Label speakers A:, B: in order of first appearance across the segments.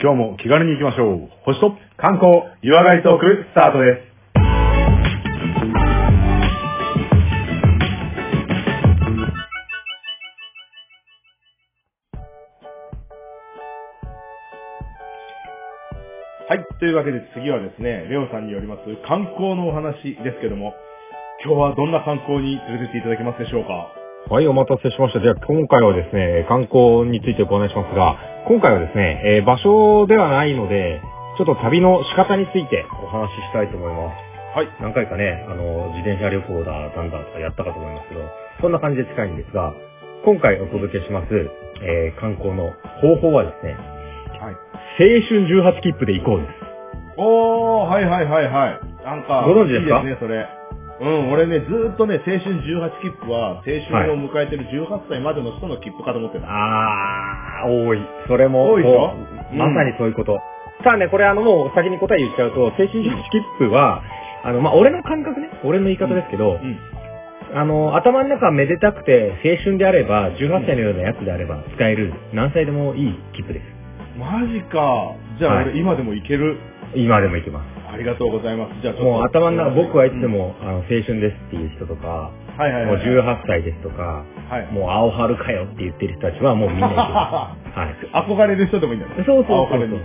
A: 今日も気軽に行きましょう。星と観光、湯上がりトーク、スタートです。はい。というわけで次はですね、レオさんによります観光のお話ですけども、今日はどんな観光に連れてっていただけますでしょうか
B: はい、お待たせしました。じゃあ、今回はですね、観光についてご案内しますが、今回はですね、えー場所ではないので、ちょっと旅の仕方についてお話ししたいと思います。
A: はい。
B: 何回かね、あの、自転車旅行だ、なんだとかやったかと思いますけど、こんな感じで近いんですが、今回お届けします、えー観光の方法はですね、
A: はい。
B: 青春18切符で行こうです。
A: おー、はいはいはいはい。なんか、
B: ご存知ですか
A: いいですね、それ。うん、俺ね、ずーっとね、青春18切符は、青春を迎えてる18歳までの人の切符かと思ってた。
B: あー、多い。それも、
A: 多いでしょ
B: そうまさにそういうこと。ただね、これあの、もう先に答え言っちゃうと、青春女子切符は、あの、まあ、俺の感覚ね、俺の言い方ですけど、
A: うん。
B: あの、頭の中はめでたくて、青春であれば、18歳のようなやつであれば、使える、何歳でもいい切符です。
A: マジか。じゃあ、
B: はい
A: 俺今でもいける。
B: 今でもいけます。
A: ありがとうございます。じゃあちょっと。
B: もう頭の中、僕はいつでも、あの、青春ですっていう人とか、
A: うん。はいはい
B: もう
A: はい。
B: 18歳ですとか、
A: はい。
B: もう青春かよって言ってる人たちは、もうみんな行けま す。はい。
A: 憧れる人でもいいんだね。
B: そうそうそう
A: 青
B: そ
A: 春に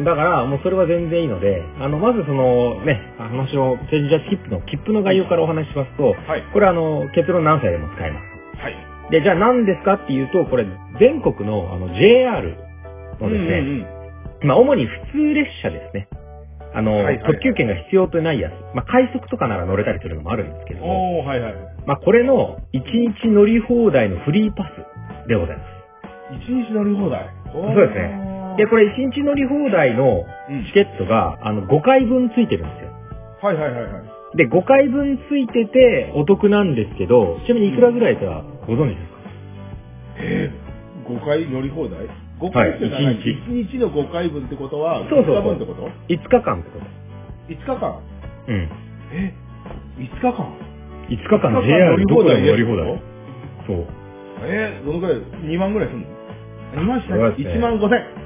B: う。だから、もうそれは全然いいので、あの、まずその、ね、話の、政治ジャッジ切符の、切符の概要からお話ししますと、
A: はい。
B: これあの、結論何歳でも使えます。
A: はい。
B: で、じゃあ何ですかっていうと、これ、全国の、あの、JR のですね、
A: うんうんうん
B: まあ、主に普通列車ですね。あの、
A: はいはいはい
B: 特急券が必要とないやつ。まあ、快速とかなら乗れたりするのもあるんですけども、
A: おー、はいはい。
B: まあ、これの、1日乗り放題のフリーパスでございます。
A: 一日乗り放題。そう
B: ですね。で、これ1日乗り放題の
A: うん
B: チケットが、あの、5回分ついてるんですよ。
A: はいはいはいはい。
B: で、5回分ついててお得なんですけど、ちなみにいくらぐらいかご存知ですか、
A: 5回乗り放題 ?5
B: はい
A: 回って何
B: 一日
A: ?1 日の5回分ってことは、
B: そうそうそう
A: 5日分ってこと
B: ?5 日間ってこと。
A: ?5 日間
B: うん。
A: え ?5 日間
B: 5日間
A: 五日間
B: JR どこでも乗り
A: 乗り放
B: 放
A: 題
B: 題。そう。
A: えーどのくらい ?2 万ぐらいすんの ?2 万し
B: そうですね
A: 1万5千。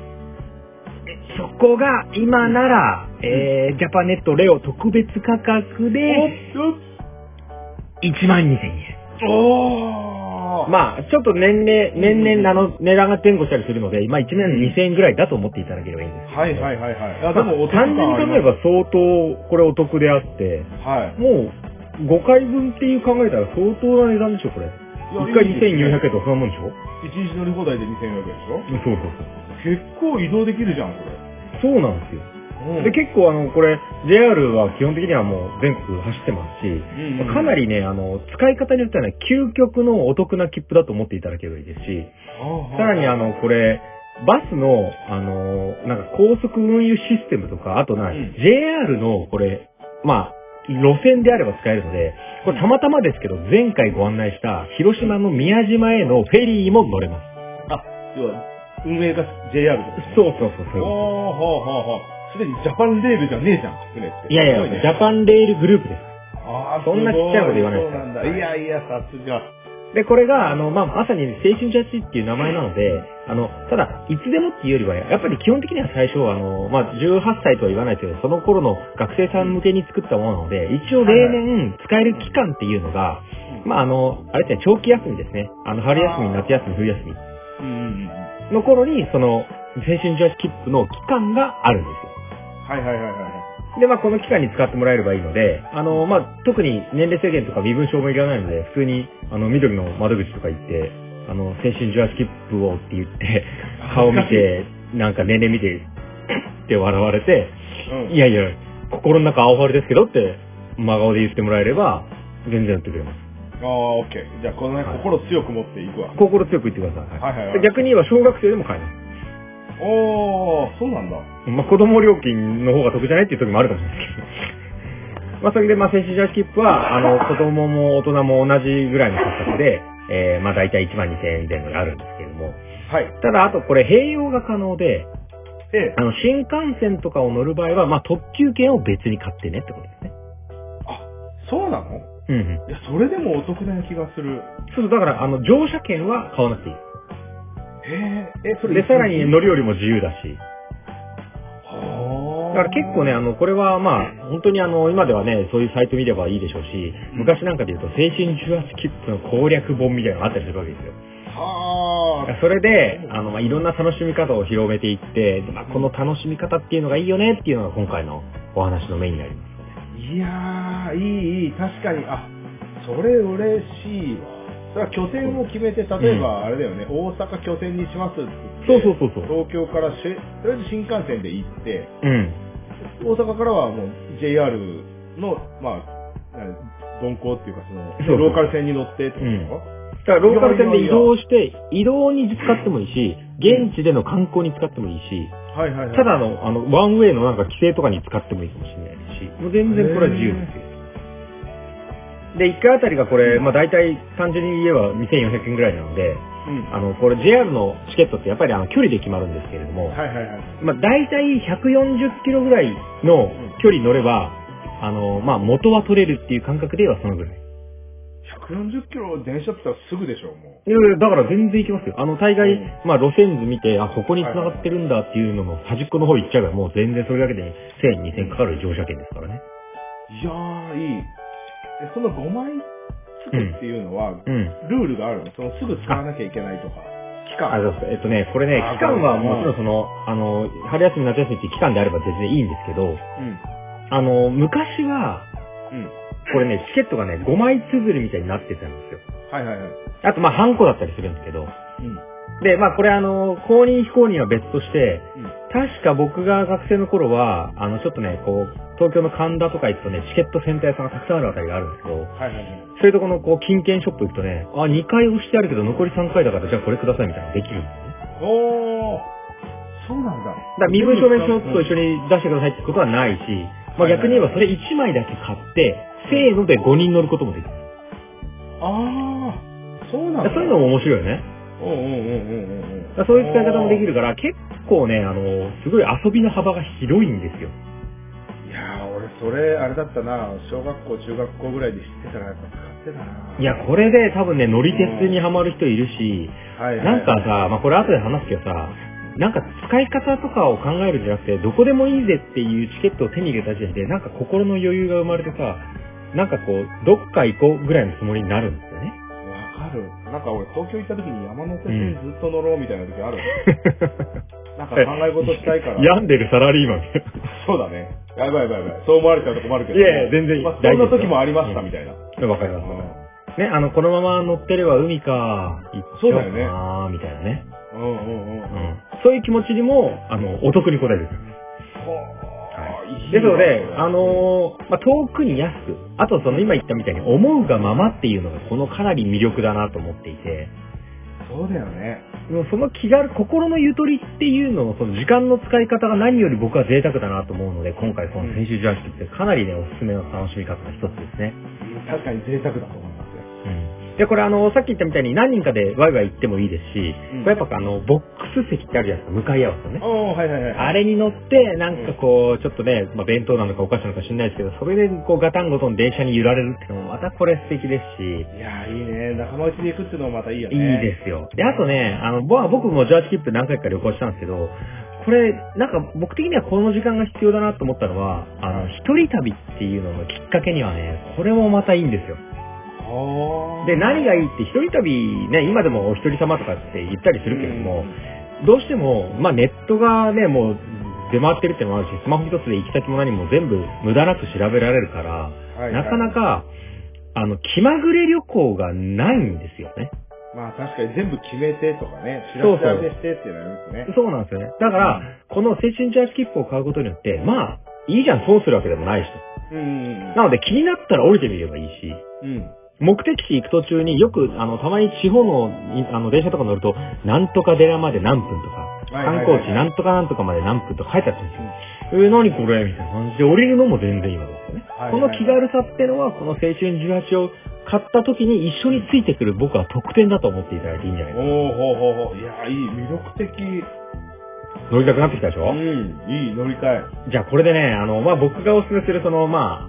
B: そこが今なら、えー、ジャパネットレオ特別価格で
A: おっ
B: 1万2000円。
A: とおー
B: まあ、ちょっと年齢、年々あの、値段が前後したりするので、まあ1万2000円ぐらいだと思っていただければいいんですけど。
A: はいはいはいはい。あ、
B: ま
A: で
B: あ
A: もお得
B: 単純
A: 感
B: に
A: あり
B: 考
A: ま
B: え
A: す
B: れば相当これお得であって、
A: はい。
B: もう5回分っていう考えたら相当な値段でしょ、これ。1回2400円
A: 円。
B: とかそんなもんでしょ
A: 1日乗り放題で2400円でしょ
B: そうそう
A: 結構移動できるじゃん、これ。
B: そう。そうなんですよ。
A: うん
B: で、結構あの、これ、JR は基本的にはもう全国走ってますし、
A: うんうん
B: かなりね、あの、使い方によってはね、究極のお得な切符だと思っていただければいいですし、さらにあ、の、これ、バスの、あの、なんか高速運輸システムとか、あとな、
A: うん
B: JR の、これ、まあ、路線であれば使えるので、これたまたまですけど、前回ご案内した、広島の宮島へのフェリーも乗れます。
A: 要は運営が JR ってことですね
B: そうそうそう
A: おー、
B: そう。
A: ほうほうほう。すでにジャパンレールじゃねえじゃん、船って。
B: いやいや、ジャパンレールグループです。
A: あー
B: そんなちっちゃいこと言わないです
A: そうなんだ。
B: はい
A: いやいや、さすが。
B: で、これが、あの、まあ、まさに青春ジャッジっていう名前なので、あの、ただ、いつでもっていうよりは、やっぱり基本的には最初は、あの、まあ、18歳とは言わないけど、その頃の学生さん向けに作ったものなので、一応例年使える期間っていうのが、
A: うん
B: まあ、あの、あれですね、長期休みですね。あの、春休み、夏休み、冬休み
A: うんうんうん。
B: の頃に、その、青春ジャッジ切符の期間があるんです
A: は
B: よ。
A: いはいはいはいはい。
B: で、まあ、この期間に使ってもらえればいいので、あの、まあ、特に年齢制限とか身分証もいらないので、普通に、あの、緑の窓口とか行って、あの、青春18切符をって言って、 顔見て、なんか年齢見て、って笑われて、
A: うん。
B: いやいや、心の中青春ですけどって、真顔で言ってもらえれば、全然やってくれます。
A: ああ、オッケー。じゃあ、このね、
B: はい
A: 心強く持っていくわ。
B: 心強く言ってください。
A: はいはいはい
B: で逆に言えば小学生でも買えま
A: おー、そうなんだ。
B: す。まあ、子供料金の方が得じゃないっていう時もあるかもしれないですけど。まあ、それで、まあ、青春ジャーキップは、あの、子供も大人も同じぐらいの価格で、えー、まあ、大体1万2000円前後であるんですけれども、
A: はい。
B: ただ、あとこれ、併用が可能で、
A: ええ
B: あ。の、新幹線とかを乗る場合は、まあ、特急券を別に買ってねってことですね。
A: そうなの
B: うんうん。
A: いや、それでもお得な気がする。
B: そうそう、だから、あの、乗車券は買わなくていい。
A: へえ。え、それ
B: で、さらに乗り降りも自由だし、だから結構ね、あの、これはまあ、本当にあの、今ではね、そういうサイト見ればいいでしょうし、
A: うん
B: 昔なんかで言うと、青春18切符の攻略本みたいなのがあったりするわけですよ。
A: はあ。
B: それで、あの、まあ、いろんな楽しみ方を広めていって、まあ、この楽しみ方っていうのがいいよねっていうのが今回のお話のメインになります。
A: いやー、いい、いい、確かに、あ、それ嬉しいわ。それは拠点を決めて、例えば、あれだよね、大阪拠点にしますって言
B: そ
A: っ
B: う
A: て
B: そうそうそう。
A: 東京からし、とりあえず新幹線で行って、
B: うん。
A: 大阪からはもう JR の、まあ、なん鈍行っていうか、その、
B: そうそう
A: ローカル線に乗ってってことなの
B: だからローカル線で移動して、移動に使ってもいいし、現地での観光に使ってもいいし、
A: はいはいはい。
B: ただの、あの、ワンウェイのなんか規制とかに使ってもいいかもしれないし、もう全然これは自由ですよ。で、1回あたりがこれ、まあ大体単純に言えば2400円ぐらいなので、
A: うん。
B: あの、これ JR のチケットってやっぱりあの距離で決まるんですけれども、
A: はいはいはい。
B: まあ大体140キロぐらいの距離乗れば、あの、まあ元は取れるっていう感覚ではそのぐらい。
A: 140キロ電車って言ったらすぐでしょ、も
B: いやいや、だから全然行きますよ。あの、大概、
A: うん
B: まあ路線図見て、あ、ここに繋がってるんだっていうのの端っこの方行っちゃえば、もう全然それだけで1000、2000かかる乗車券ですからね。
A: う。いやー、いい。え、その5枚つくっていうのは、
B: うん。
A: ルールがあるのそのすぐ使わなきゃいけないとか。期
B: あ、
A: 間。
B: そうです。えっとね、これね
A: あ、
B: 期間はもちろんその、あの、春休み、夏休みっていう期間であれば全然いいんですけ
A: う
B: ど、
A: ん。
B: あの、昔は、
A: うん。
B: これね、チケットがね、5枚綴りみたいになってたんですよ。
A: はいはいはい。
B: あと、まあ、ハンコだったりするんですけど、
A: うん。
B: で、まあ、これあの、公認非公認は別として、
A: うん
B: 確か僕が学生の頃は、あの、ちょっとね、こう、東京の神田とか行くとね、チケットセンター屋さんがたくさんあるあたりがあるんですけど、
A: はいはいはい。
B: そういうとこの、こう、金券ショップ行くとね、あ、2回押してあるけど残り3回だから、じゃあこれくださいみたいなのできるんですよ
A: おー。そ
B: ね。
A: うなんだ。
B: だから身分証明書と一緒に出してくださいってことはないし、まあ、逆に言えばそれ1枚だけ買って、せーので5人乗ることもできる。
A: あー。そうな
B: だ
A: んだ。
B: からそういうのも面白いよね。
A: うんうんうんうんうん
B: だ
A: うん。
B: からそういう使い方もできるから、結構ね、あの、すごい遊びの幅が広いんですよ。
A: いやー、俺それ、あれだったな。小学校、中学校ぐらいで知ってたらやっぱ使ってたな。
B: いや、これで多分ね、乗り鉄にはまる人いるし、
A: はいはいはい
B: なんかさ、まあ、これ後で話すけどさ、なんか使い方とかを考えるんじゃなくて、どこでもいいぜっていうチケットを手に入れた時点で、なんか心の余裕が生まれてさ、なんかこう、どっか行こうぐらいのつもりになるんですよね。
A: わかる。なんか俺東京行った時に山手線ずっと乗ろうみたいな時 ある。なんか考え事したいから。
B: 病んでるサラリーマンみたいな。
A: そうだね。やばいやばいやばい。そう思われちゃうと困るけど。
B: いやいや全然
A: まあ、そ
B: 大
A: んな
B: 丈夫ですよ
A: 時もありましたみたいな。
B: わかります。ね、あの、このまま乗ってれば海か、行っちゃおうかなみたいなね。
A: うんうんうんうん。
B: う
A: は
B: ん。そういう気持ちにも、あの、お得に応える。
A: あ
B: ですので
A: いい、な
B: あのーまあ、遠くに安く、あとその今言ったみたいに思うがままっていうのがこのかなり魅力だなと思っていて、
A: そうだよね。
B: もうその気軽、心のゆとりっていうのを、その時間の使い方が何より僕は贅沢だなと思うので、今回この選手ジャーキーってかなりね、おすすめの楽しみ方の一つですね。
A: 確かに贅沢だと思いますよ。
B: うん。で、これあの、さっき言ったみたいに何人かでワイワイ行ってもいいですし、
A: うん
B: これやっぱあの、ボックス席ってあるじゃないですか、向かい合わせのね。
A: おー、はいはいはい。
B: あれに乗って、なんかこう、ちょっとね、まあ、弁当なのかお菓子なのか知らないですけど、それでこう、ガタンゴトン電車に揺られるってのも、またこれ素敵ですし、
A: いやーいいね。仲間内で行くっていうのもまたいいよ
B: い
A: ね。
B: いですよ。で、あとね、あの、ぼ僕もジャージキップ何回か旅行したんですけど、これ、なんか僕的にはこの時間が必要だなと思ったのは、あの、一人旅っていうののきっかけにはね、これもまたいいんですよ。
A: おー。
B: で、何がいいって一人旅、ね、今でもお一人様とかって言ったりするけれども、どうしても、まあ、ネットがね、もう出回ってるってのもあるし、スマホ一つで行き先も何も全部無駄なく調べられるから、
A: うん、はいはい
B: なかな。か、あの、気まぐれ旅行がないんですよね。
A: まあ確かに全部決めてとかね、知ら
B: そう
A: せ
B: そう
A: 上げしてっていうのはありますね。
B: そうなんですよね。だから、この青春ジャージキップを買うことによって、まあ、いいじゃん、損するわけでもないし。
A: うんうん
B: なので気になったら降りてみればいいし、
A: うん。うん。
B: 目的地行く途中によく、あの、たまに地方の、いあの、電車とか乗ると、なんとか寺まで何分とか、
A: はいはい
B: 観
A: はい
B: 光地なんとかなんとかまで何分とか書いてあったんですよ。えー、何これみたいな感じで降りるのも全然今ですよね。
A: はいはいはい
B: この気軽さってのは、この青春18を買った時に一緒についてくる僕は特典だと思っていただいていいんじゃない
A: お
B: か
A: ー、ほうほうほう。いやーいい。魅力的。
B: な。乗りたくなってきたでしょ、
A: うん。いい。乗り換え。
B: じゃあこれでね、あの、まあ、僕がおすすめするその、まあ、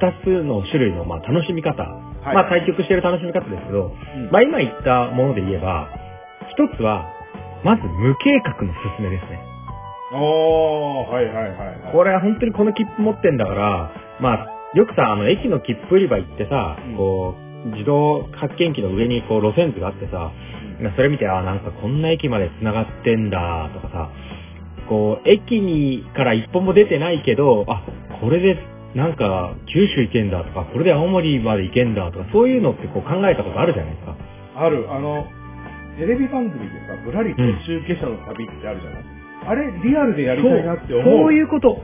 B: 二つの種類の、まあ、楽しみ方。
A: い
B: まあ、対局してる楽しみ方ですけど、
A: うん
B: まあ、今言ったもので言えば、一つは、まず無計画の勧めですね。
A: ああ、はいはいはい、はい。
B: これは本当にこの切符持ってんだから、まあ、よくさ、あの、駅の切符売り場行ってさ
A: うん、
B: こう、自動発見機の上にこう路線図があってさ、まあそれ見て、あーなんかこんな駅まで繋がってんだ、とかさ、こう、駅にから一本も出てないけど、あ、これでなんか九州行けんだとか、これで青森まで行けんだとか、そういうのってこう考えたことあるじゃないですか。
A: ある、あの、テレビ番組でさ、ぶらり途中下車の旅ってあるじゃない、あれ、リアルでやりたいなって思う。、
B: そういううこと。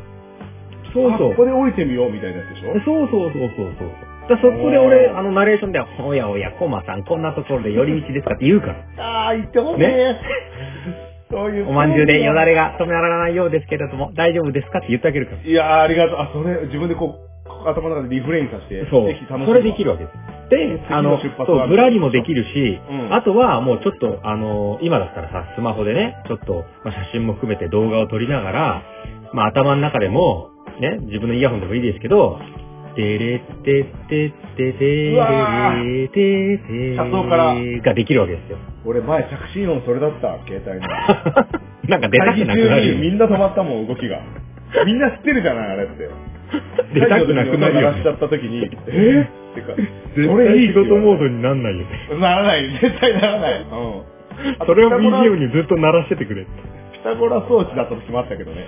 B: そうそう
A: あこ。こで降りてみようみたいなやつでしょ
B: そうそうそうそうそう。だからそこで俺、あの、ナレーションでは、おやおや、コマさん、こんなところで寄り道ですかって言うから。
A: ああ、行ってほしい。
B: ね
A: そういう。
B: おまんじゅうでよだれが止められないようですけれども、大丈夫ですかって言ってあげるから。
A: いやー、ありがとう。あ、それ、自分でこう、頭の中でリフレインさせて、
B: そう
A: ぜひ楽し。み
B: それできるわけです。で、
A: 次の
B: あの、
A: 出発は
B: そう、ぶらりもできるし、
A: うん
B: あとはもうちょっと、あの、今だったらさ、スマホでね、ちょっと、まあ写真も含めて動画を撮りながら、まあ頭の中でも、ね、自分のイヤホンでもいいですけど、てれってってってて
A: うわー
B: れてて
A: 車窓から
B: ができるわけですよ。
A: 俺、前、着信音それだった、携帯の。
B: なんか出た
A: 会
B: くなくな
A: 議中にみ
B: るよ。
A: んな止まったもん、動きが。みんな知ってるじゃない、あれって。
B: 出たくなくなるよ
A: 会議の時に音鳴らしちゃ
B: ね。
A: った時に、えーってか、そ
B: 絶
A: れい
B: 対
A: い
B: 仕
A: って
B: 事
A: 言
B: モ
A: わ
B: ードになんないよね。
A: れるならない、絶対ならない。うん。
B: それを BGM
A: に。
B: にずっと鳴らしててくれって。
A: ピタゴラ装置だった時もあったけどね。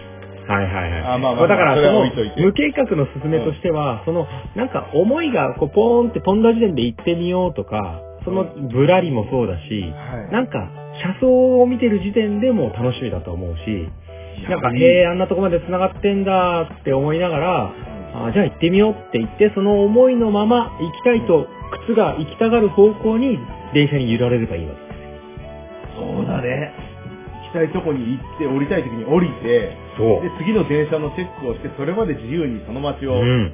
B: はいはいはい。
A: あまあまあ
B: だから、
A: そ
B: そ
A: れは
B: の
A: 置いといて、
B: 無計画の勧めとしては、その、なんか思いが、こう、ポーンって飛んだ時点で行ってみようとか、その、ぶらりもそうだし、
A: は
B: なんか、車窓を見てる時点でもう楽しみだと思うし、
A: い
B: なんか、へえ、あんなとこまで繋がってんだって思いながら、あじゃあ行ってみようって言って、その思いのまま行きたいと、靴が行きたがる方向に電車に揺られればいいわけ。
A: そうだね。行きたいとこに行って、降りたい時に降りて、
B: そ
A: で、次の電車のチェックをして、それまで自由にその街
B: う
A: を、ね、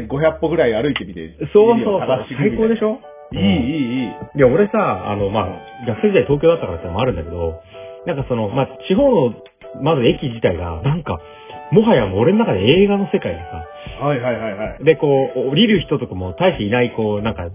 B: ん。
A: 500歩ぐらい歩いてみて、
B: そう
A: 地理
B: そ
A: を
B: うそ
A: 探
B: う
A: して。
B: 最高でしょ
A: いい、いい、いい。
B: いや、俺さ、あの、まあ、学生時代東京だったからってのもあるんだけど、なんかその、まあ、地方の、まず駅自体が、なんか、もはやもう俺の中で映画の世界でさ、
A: はいはいはいはい。
B: で、こう、降りる人とかも大していない、こう、なんか、いい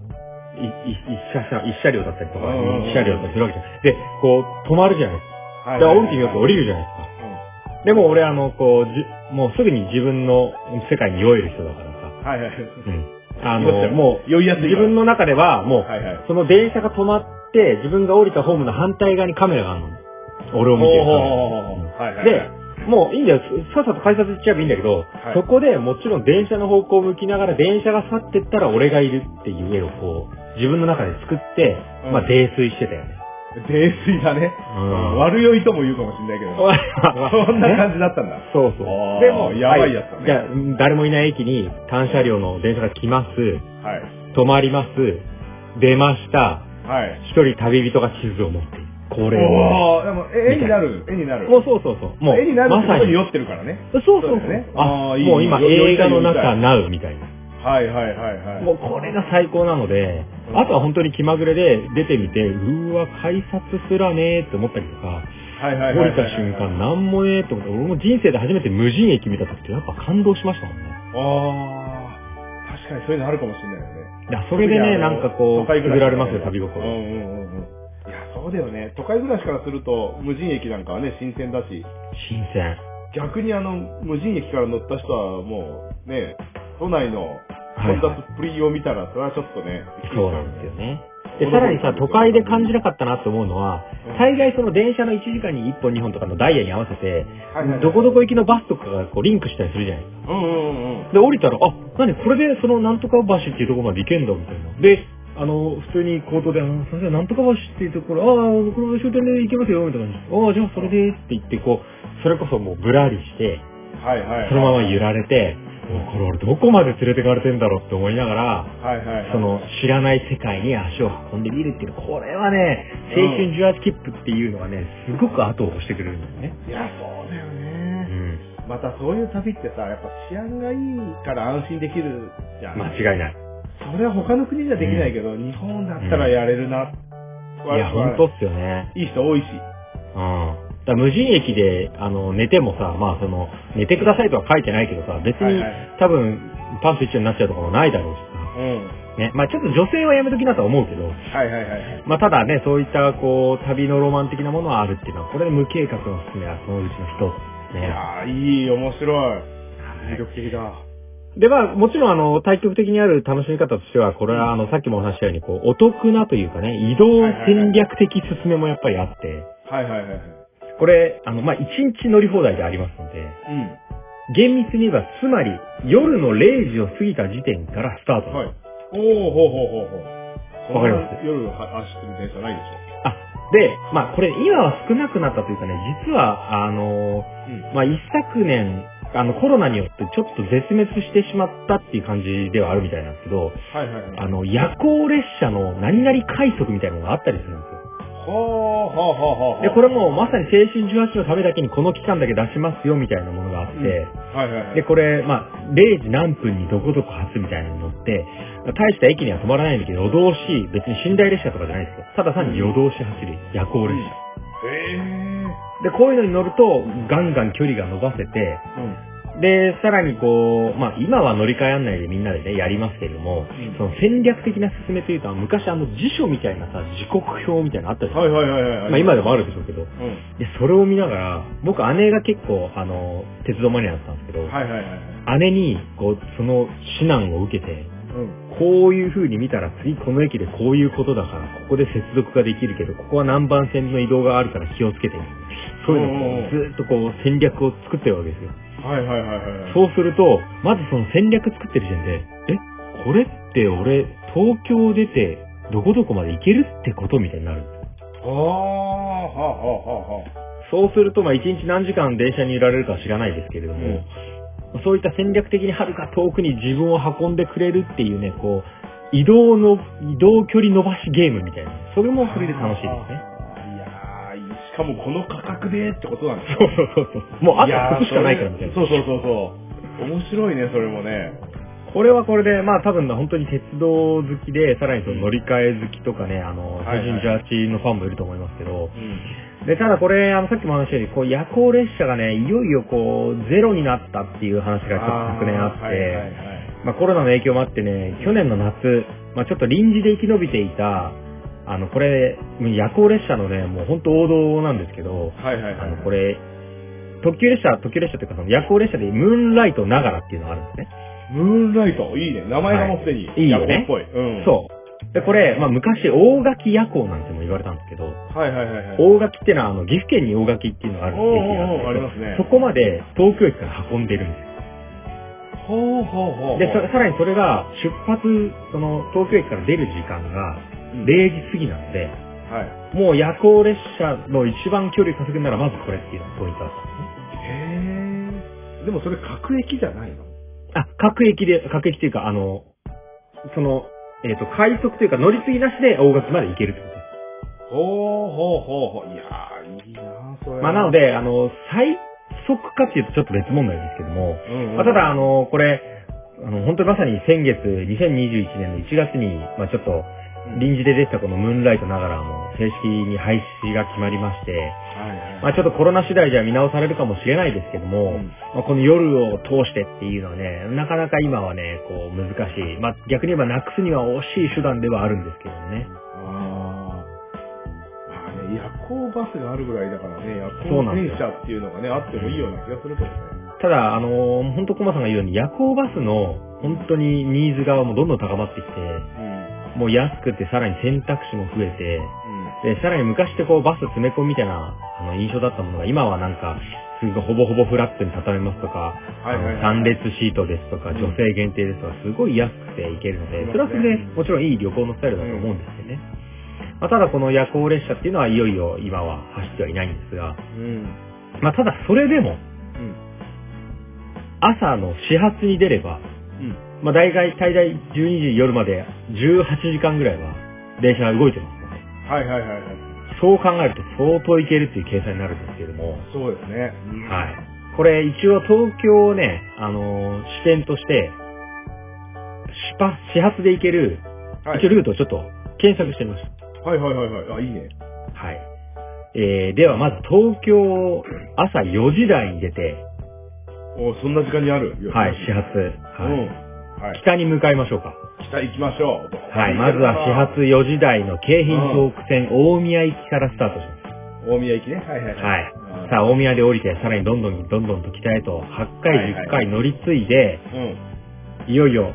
B: 一車車、一車両だったりとか、
A: うんうんうん
B: 一車両だったりするわけじゃん。で、こう、止まるじゃないですか。
A: は
B: だ
A: い
B: か
A: はいはい
B: ら降りてみようと降りるじゃないです
A: うん
B: か。でも俺、あの、こう、じもうすぐに自分の世界に酔える人だからさ、
A: はいはい。
B: うん。あ
A: どうし
B: の、
A: た
B: もう、
A: 酔いやすいから
B: 自分の中では、もう、
A: はいはい。
B: その電車が止まって、自分が降りたホームの反対側にカメラがあるの。俺を見てるカ
A: は
B: メラ
A: いはい。
B: で、もういいんだよ。さっさと改札行っちゃえばいいんだけど、
A: はい
B: そこでもちろん電車の方向を向きながら電車が去ってったら俺がいるっていう絵をこう、自分の中で作って、
A: うん
B: まあ泥酔してたよね。
A: 泥酔だね。
B: うん
A: 悪酔いとも言うかもしれないけど。そんな感じだったんだ。
B: そうそう
A: あー。
B: でも、
A: やばいやつだね
B: はじゃあ、誰もいない駅に単車両の電車が来ます。
A: はい。
B: 止まります。出ました。
A: はい。
B: 一人旅人が地図を持っている。これを。
A: おー、でも、え絵になる、絵になる。
B: もうそうそうそう。もう、
A: 絵になるっ
B: ま
A: てこ
B: さ
A: とに
B: に。
A: 酔ってるからね。
B: そうそう
A: そう
B: そう
A: だよねあ
B: あ
A: ーいい
B: もう今
A: よ
B: 映画の
A: よ
B: 中、
A: り
B: なうみたいな。
A: はいはいはいはい。
B: もうこれが最高なので、あとは本当に気まぐれで出てみて、うーわ、改札すらねーって思ったりとか、
A: はいはい
B: 降
A: はいはいはい。
B: りた瞬間なんもねーって思って、俺も人生で初めて無人駅見た時ってやっぱ感動しましたもんね。
A: あー、確かにそういうのあるかもしれないよね。
B: いや、それでね、
A: 特にあ
B: な
A: の
B: んかこう、
A: 都
B: く
A: 会
B: ぐ
A: 暮らし
B: られますよ、
A: ね
B: 旅
A: うん
B: 心。
A: うんうんうん。いや、そうだよね。都会暮らしからすると、無人駅なんかはね、新鮮だし、
B: 新鮮。
A: 逆にあの、無人駅から乗った人はもう、ね、都内の
B: はい
A: 混雑っぷりを見たら、それはちょっとね、びっくりしちゃ
B: そうなんですよね。で、さらにさ、都会で感じなかったなって思うのは、大概その電車の1時間に1本2本とかのダイヤに合わせて、
A: はいはいはい
B: どこどこ行きのバスとかがこうリンクしたりするじゃないですか。
A: うんうんうんうん。
B: で、降りたら、あ、何これでそのなんとか橋っていうところまで行けんだみたいな。で、あの、普通に口頭で、あの、すいません、なんとか橋っていうところ、ああ、これ終点で行けますよ、みたいな感じで。ああ、じゃあそれでーって言って、こう、それこそもうぶらりして、
A: はいはいはい。
B: そのまま揺られて、おこれ俺どこまで連れてかれてんだろうって思いながら、
A: はいはいはい。
B: その知らない世界に足を運んでみるっていうのこれはね、青春18切符っていうのはね、すごく後を押してくれるんだよね。
A: いや、そうだよ
B: う
A: ね。
B: ん。
A: またそういう旅ってさ、やっぱ治安がいいから安心できるじゃん。
B: 間違いない。
A: それは他の国じゃできないけど、日本だったらやれるな。
B: いや、ほんとっすよね。
A: いい人多いし。
B: うん。だから無人駅で、あの、寝てもさ、まあその、寝てくださいとは書いてないけどさ、別
A: はい
B: に
A: はい
B: 多分、パンツ一緒になっちゃうとかもないだろうし
A: うん。
B: さ。ね。まあちょっと女性はやめときなとは思うけど、
A: はいはいはいはい。
B: まあただね、そういったこう、旅のロマン的なものはあるっていうのは、これ無計画の勧めはそのうちの一つ。
A: い
B: ね。
A: やー、いい、面白い。魅力的だ。
B: で、まあ、もちろん、あの、対極的にある楽しみ方としては、これは、あの、さっきもお話ししたように、こう、お得なというかね、移動戦略的進めもやっぱりあって、
A: はいはいはいはい。
B: これ、あの、まあ、1日乗り放題でありますので、
A: うん。
B: 厳密に言えば、つまり、夜の0時を過ぎた時点からスタート。
A: はい。おー、ほうほうほうほう。
B: わかります
A: そんな夜は走ってる電車ないでし
B: あ、で、まあ、これ、今は少なくなったというかね、実は、あの、
A: ょ。
B: まあ、一昨年、あの、コロナによってちょっと絶滅してしまったっていう感じではあるみたいなんですけど、
A: はいはいはい。
B: あの、夜行列車の何々快速みたいなのがあったりするんですよ。
A: ほうほうほうほうほう。
B: で、これもまさに青春18のためだけにこの期間だけ出しますよみたいなものがあって、
A: はいはいはい。
B: で、これ、まあ、0時何分にどこどこ発みたいなのに乗って、大した駅には止まらないんだけど、夜通し、別に寝台列車とかじゃないですよ。ただ単に夜通し走る夜行列車。
A: へー。
B: で、こういうのに乗ると、ガンガン距離が伸ばせて、
A: うん。
B: で、さらにこう、まあ、今は乗り換え案内でみんなでね、やりますけれども、
A: うん
B: その戦略的な進めというか、昔あの辞書みたいなさ、時刻表みたいなのあったじゃん。
A: はいはいはいはいはい。
B: まあ、今でもあるでしょうけど、
A: うん。
B: で、それを見ながら、僕姉が結構、あの、鉄道マニアだったんですけど、
A: はいはいはいはい。
B: 姉に、こう、その指南を受けて、
A: うん。
B: こういう風に見たら次この駅でこういうことだから、ここで接続ができるけど、ここは南蛮線の移動があるから気をつけてね。そういうのをこうずっとこう戦略を作ってるわけですよ。
A: はいはいはいはいはい。
B: そうすると、まずその戦略作ってる時点で、え、これって俺、東京出て、どこどこまで行けるってことみたいになる。
A: あー、はあはあは
B: そうすると、まあ、一日何時間電車に揺られるかは知らないですけれども、そういった戦略的に遥か遠くに自分を運んでくれるっていうね、こう、移動の、移動距離伸ばしゲームみたいな。それも
A: あ。
B: それで楽しいですね。
A: あー。いやー、しかもこの価格でってことなんです
B: そうそうそうそう。もう、あ
A: いや
B: と
A: ー
B: こしかないからみたいな。
A: それそうそうそうそう。面白いね、それもね。
B: これはこれで、まあ多分本当に鉄道好きで、さらにその乗り換え好きとかね、あの、
A: はいはい
B: 巨人ジャーチのファンもいると思いますけど、
A: うん。
B: で、ただこれ、あの、さっきも話したように、こう、夜行列車がね、いよいよこう、ゼロになったっていう話がちょっと昨年あって、
A: ーはいはいはい。
B: まあコロナの影響もあってね、去年の夏、まあちょっと臨時で生き延びていた、あの、これ、夜行列車のね、もう本当王道なんですけど、
A: はいはい
B: あ
A: はい。
B: の、これ、特急列車、特急列車というかその夜行列車でムーンライトながらっていうのがあるんですね。
A: ムーンライト、いいね。名前がもうすでに、
B: はいいいよ
A: ヤ
B: ね
A: コウっぽい。うん。
B: そう。で、これ、まあ、昔、大垣夜行なんても言われたんですけど、
A: う。はいはいはいはい。
B: 大垣ってのは、あの、岐阜県に大垣っていうのがある
A: お
B: 駅が
A: ーおーおーあ
B: あ
A: りま
B: るんですすけ
A: ね
B: ど、そこまで東京駅から運んでるんで
A: ほうほうほうほ
B: す。
A: う。
B: で、ささらにそれが、出発、その、東京駅から出る時間が、
A: うん
B: 0時過ぎなので、
A: はい。
B: もう夜行列車の一番距離稼ぐなら、まずこれっていうのがポイントだったん
A: へえ。で
B: ですね。
A: もそれ、各駅じゃないの
B: あ、各駅で、各駅というか、あの、その、えっ、と、快速というか、乗り継ぎなしで大垣まで行けるってことです。
A: ほうほうほうほう。いやー、いいなそれ。
B: まあ、なの
A: で、
B: で、あの、最速かっていうとちょっと別問題ですけども、
A: うんうん
B: まあ、ただ、あ、の、これ、あの、本当にまさに先月、2021年の1月に、まあ、ちょっと、臨時で出てたこのムーンライトながらも、正式に廃止が決まりまして、
A: はいはい。
B: まあ、ちょっとコロナ次第じゃ見直されるかもしれないですけども、
A: うん
B: まあ、この夜を通してっていうのはね、なかなか今はね、こう、難しい。まあ、逆に言えばなくすには惜しい手段ではあるんですけどね。
A: あーまあね、夜行バスがあるぐらいだからね、夜
B: そう
A: 行
B: なんで
A: 電
B: す
A: 車っていうのがね、あってもいいような気がするけどね。
B: ただ、あのー、本当コマさんが言うように、夜行バスの、本当にニーズがもうどんどん高まってきて、
A: うん。
B: もう安くてさらに選択肢も増え
A: うん。
B: て、で、さらに昔ってこうバス詰め込みみたいな、あの、印象だったものが、今はなんか、すごいほぼほぼフラットに畳めますとか、
A: はいはいはい
B: あの三列シートですとか、女性限定ですとか、すごい安くて行けるので、
A: そうですね
B: それはそれで、もちろんいい旅行のスタイルだと思うんですよね。まあ、ただこの夜行列車っていうのはいよいよ今は走ってはいないんですが、
A: うん。
B: まあ、ただそれで
A: う
B: も、
A: ん。
B: 朝の始発に出れば、
A: うん。
B: まあ、大概、大概12時夜まで18時間ぐらいは電車が動いてますよね。
A: はいはいはいはい。
B: そう考えると相当いけるっていう計算になるんですけれども、
A: そうですね。うん
B: はい。これ一応東京をね、あのー支店として、始発始発で行ける、
A: はい。
B: 一応ルートをちょっと検索してみまし
A: はいはいはいはい。あ、いいね。
B: た。はい。えー、ではまず東京を朝4時台に出て、
A: おそんな時間にある。よし
B: はい、始発。
A: う
B: はい
A: ん。はい。
B: 北に向かいましょうか。
A: 北行きましょう。
B: はい、まずは始発4時台の京浜東北線大宮行きからスタートします。
A: 大宮行きね。はいはい
B: はい
A: うん
B: さあ、大宮で降りて、さらにどんどん、どんどんと北へと、8回、
A: はいはい
B: 10回乗り継いで、
A: うん。
B: いよいよ、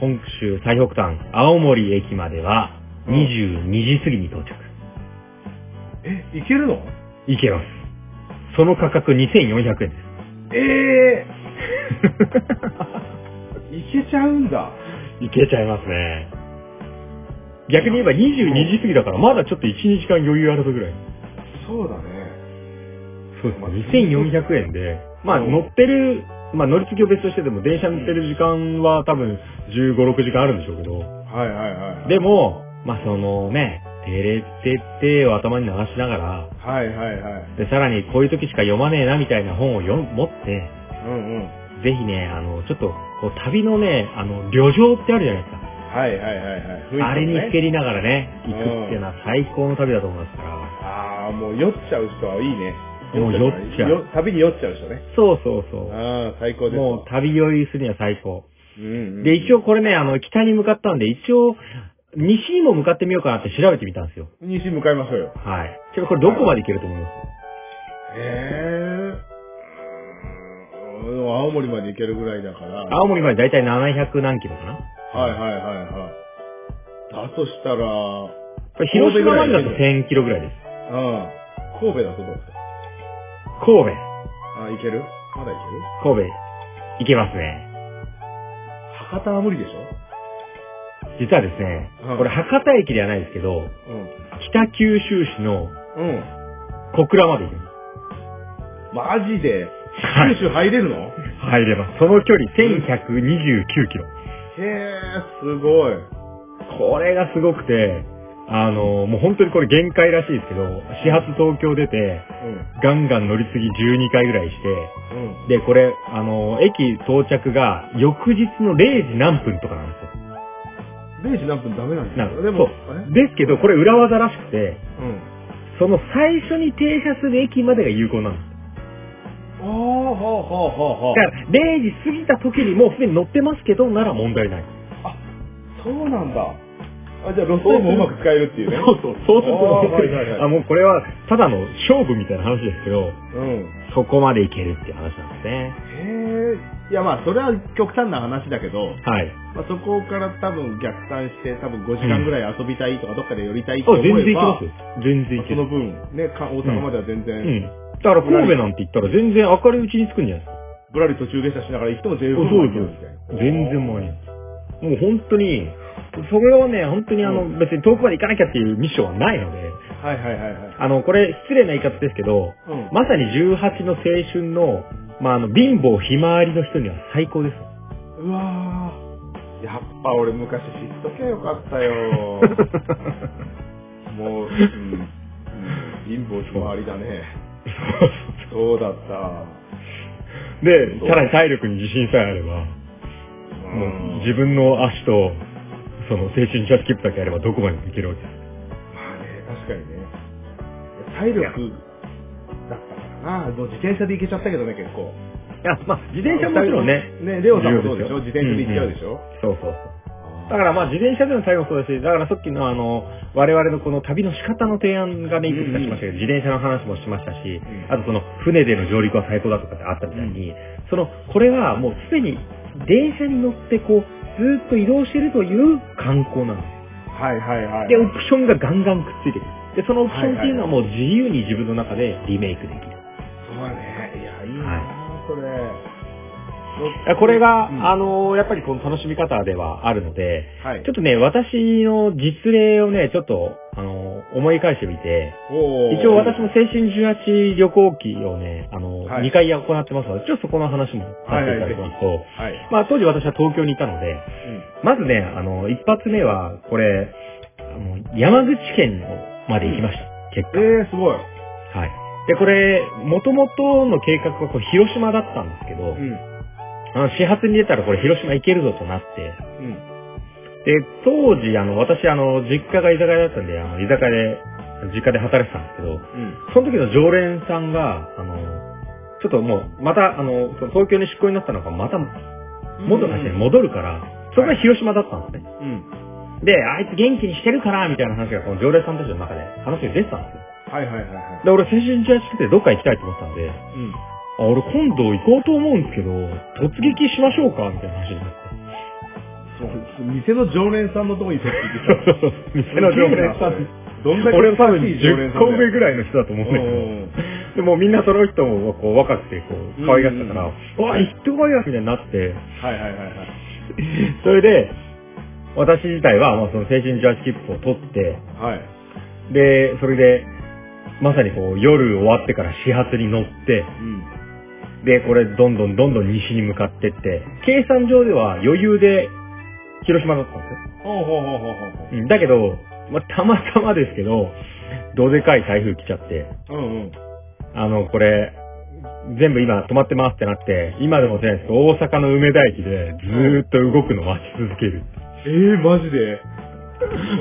B: 本州最北端、青森駅までは、
A: うん
B: 22時過ぎに到着。
A: え、行けるの
B: 行けます。その価格2400円です。
A: ええ ー、行けちゃうんだ。
B: 行けちゃいますね。逆に言えば22時過ぎだから、まだちょっと1、2時間余裕あるぞぐらい。
A: そうだね。
B: そうですね。2400円で、まあ
A: うん
B: 乗ってる、まあ乗り継ぎを別としてでも、電車に乗ってる時間は多分15、6時間あるんでしょうけど、
A: はいはいはいはい。
B: でも、まあそのね、てれてってを頭に流しながら、
A: はいはいはい。
B: で、さらにこういう時しか読まねえなみたいな本を読持って、
A: うんうん。
B: ぜひね、あの、ちょっと、こう旅のね、あの、旅情ってあるじゃないですか。
A: はいはいはいはい。雰囲気もね
B: あれにつけりながらね、
A: うん
B: 行くっていうのは最高の旅だと思いますから。
A: ああ、もう酔っちゃう人はいいね。
B: もう酔っちゃう
A: よ旅に酔っちゃう人ね。
B: そうそうそう。
A: ああ、最高ですわ。
B: もう旅酔いするには最高。
A: うんうん、
B: で、一応これね、あの、北に向かったんで、一応、西にも向かってみようかなって調べてみたんですよ。
A: 西向かいましょうよ。
B: はい。ちょ、これどこまで行けると思います
A: ええー。青森まで行けるぐらいだから。
B: 青森までだいたい700何キロかな
A: はいはいはいはい。だとしたら、う
B: これ広島までだと
A: 神戸ぐ
B: 1000キロぐらいです。
A: ん。神戸だとどうですか
B: 神戸。
A: あ、行けるまだ行ける
B: 神戸。行けますね。
A: 博多は無理でしょ
B: 実はですね
A: うん、
B: これ博多駅ではないですけ
A: う
B: ど、
A: ん。
B: 北九州市の
A: うん。
B: 小倉まで行けます。
A: マジで
B: はい
A: 九州入れるの、
B: 入れます。その距離1129キロ。
A: へえ、すごい。
B: これがすごくて、あの、もう本当にこれ限界らしいですけど、始発東京出て、
A: うん。
B: ガンガン乗り継ぎ12回ぐらいし
A: うん。
B: て、で、これ、あの、駅到着が翌日の0時何分とかなんですよ。
A: 0時何分ダメなん
B: な
A: だ
B: ん
A: よ。
B: で
A: ですも、あれ
B: そう。ですけど、これ裏技らしくて、
A: うん。
B: その最初に停車する駅までが有効なんです。
A: おー、ほうほうほうほう
B: だ。から、0時過ぎた時にもうすでに乗ってますけど、なら問題ない。
A: あ、そうなんだ。あ、じゃあ、ロスタイムをうまく使えるっていうね。
B: そうそう、そうすると
A: あーはいはいはい
B: あ、もうこれは、ただの勝負みたいな話ですけど、
A: うん。
B: そこまでいけるっていう話なんですね。
A: へえ。いや、まあ、それは極端な話だけど、
B: はい。
A: まあ、そこから多分逆算して、多分5時間ぐらい遊びたいとか、どっかで寄りたいって
B: あ、
A: 思えば、
B: 全然いけますよ。全然い
A: そ
B: ける
A: の。分、ね、か大阪までは全
B: う
A: 然、
B: ん。だから神戸なんて言ったら全然明るいうちに着くんじゃないですか。
A: ぶらり途中下車しながら行っても全
B: そう
A: 然
B: そう
A: るみたいな。
B: 全然もうね。もう本当に、それはね、本当にあの、
A: う
B: 別に遠くまで行かなきゃっていうミッションはないので、
A: はいはいはいはい。
B: あの、これ失礼な言い方ですけど、
A: うん。
B: まさに18の青春の、まあ、あの、貧乏ひまわりの人には最高です。
A: うわーやっぱ俺昔知っときゃよかった よもう、うん、うん貧乏ひまわりだね。そうだった。
B: で、さらに体力に自信さえあれば、
A: う、
B: もうん自分の足と、その青春ジャスキップだけあればどこまでも行けるわけです。
A: まあね、確かにね。体力だったからな。もう自転車で行けちゃったけどね、結構。
B: いや、まあ、自転車ももちろんね。。
A: ね、レオさんもそうでしょ
B: 重
A: 自
B: 要
A: 転
B: で
A: 車で
B: すよ
A: 行っちゃうでしょ、
B: そうそうそう。だからまあ、自転車での対応もそうだし、だからさっきのあの、我々のこの旅の仕方の提案がね、いくつかしましたけど、自転車の話もしましたし、
A: ん
B: あとその、船での上陸は最高だとかってあったみたいに、その、これはもうすでに、電車に乗ってこう、ずーっと移動してるという観光なんです。
A: はいはいはい。
B: で、オプションがガンガンくっついてくる。で、そのオプションっていうのはもう自由に自分の中でリメイクできる。
A: そうだね。いや、いいな、
B: は
A: それ。
B: これが、
A: うん
B: あの、やっぱりこの楽しみ方ではあるので、
A: はい
B: ちょ。っとね、私の実例をね、ちょっと、あの、思い返してみて、
A: おー
B: 一応私も青春18旅行記をね、あの、
A: はい
B: 2回行ってますので、ちょっとそこの話もさせていただきますと、
A: はい。
B: まあ当時私は東京にいたので、
A: うん。
B: まずね、あの、一発目は、これ、あの山口県のまで行きました、結果。
A: えー、すごい。
B: はい。で、これ、元々の計画はこう広島だったんですけど、
A: うん。
B: あの始発に出たらこれ広島行けるぞとなって、
A: うん。
B: で、当時、あの、私、あの、実家が居酒屋だったんで、あの、居酒屋で、実家で働いてたんですけど、
A: うん。
B: その時の常連さんが、あの、ちょっともう、また、あの、その東京に出向になったのか、また、元の会社に戻るから、それが広島だったんですね。
A: うん。
B: で、あいつ元気にしてるから、みたいな話が、この常連さんたちの中で話が出てたんですよ。
A: はいはいはいはい。
B: で、俺、青春18区でどっか行きたいと思ってたんで、あ、
A: うん。
B: 俺今度行こうと思うんですけど、突撃しましょうかみたいな話になって。
A: そう、店の常連さんのとこに取ってき
B: そうそうそう。 店の常連さん。
A: ん。どんだけ
B: 俺の多分
A: 親しい常連
B: 10
A: さん
B: 個
A: だ
B: 上
A: よ。
B: ぐらいの人だと思うんだけど。でもうみんなその人もこう若くてこう可愛がってたから、
A: う
B: うんわ、行ってこいよみたいになって、
A: うんはいはいはいはい。
B: それで、私自体はまあその青春18切符を取って、
A: はい。
B: で、それで、まさにこう夜終わってから始発に乗って、
A: うん。
B: で、これどんどんどんどん西に向かってって、計算上では余裕で広島だったんですよ。
A: ほうほうほうほうほうほ
B: うんだけど、まあ、たまたまですけど、どでかい台風来ちゃって、
A: う。うんうん。
B: あの、これ、全部今止まってますってなって、今でもじゃないですか、大阪の梅田駅でずーっと動くのを待ち続ける。
A: ええマジで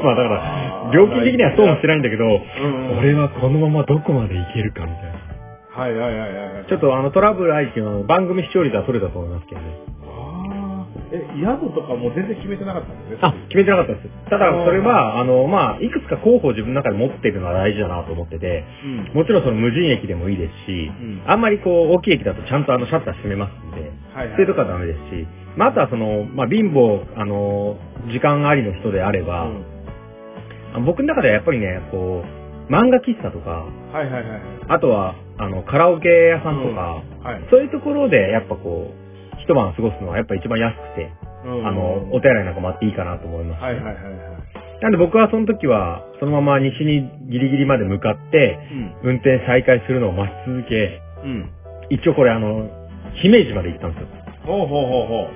B: まあだから、料金的にはそうもしてないんだけど、
A: うんうん。
B: 俺はこのままどこまで行けるかみたいな。
A: はいはいはいはいはい。
B: ちょっとあのトラブル相手の番組視聴率はそれだと思いますけどね。
A: あー。え、宿とかもう全然決めてなかったんだよね。
B: あ、決めてなかったです。ただ、それは、あの、まあ、いくつか候補を自分の中で持っていくのは大事だなと思ってて、
A: うん。
B: もちろんその無人駅でもいいですし
A: ん、
B: あんまりこう、大きい駅だとちゃんとあのシャッター閉めますんで、
A: はいはい。
B: 捨てとかダメですし、まあ、あとはその、まあ、貧乏、あの、時間ありの人であれば、
A: うん
B: 僕の中ではやっぱりね、こう、漫画喫茶とか、
A: はいはいはい。
B: あとは、あの、カラオケ屋さんとか、
A: はい。
B: そういうところでやっぱこう、一晩過ごすのはやっぱ一番安くて、
A: うん
B: あの、お手洗いなんかもあっていいかなと思います、
A: はいはいはいはい。
B: なんで僕はその時は、そのまま西にギリギリまで向かって、
A: うん。
B: 運転再開するのを待ち続け、
A: うん。
B: 一応これあの、姫路まで行ったんですよ。
A: ほうほうほうほう。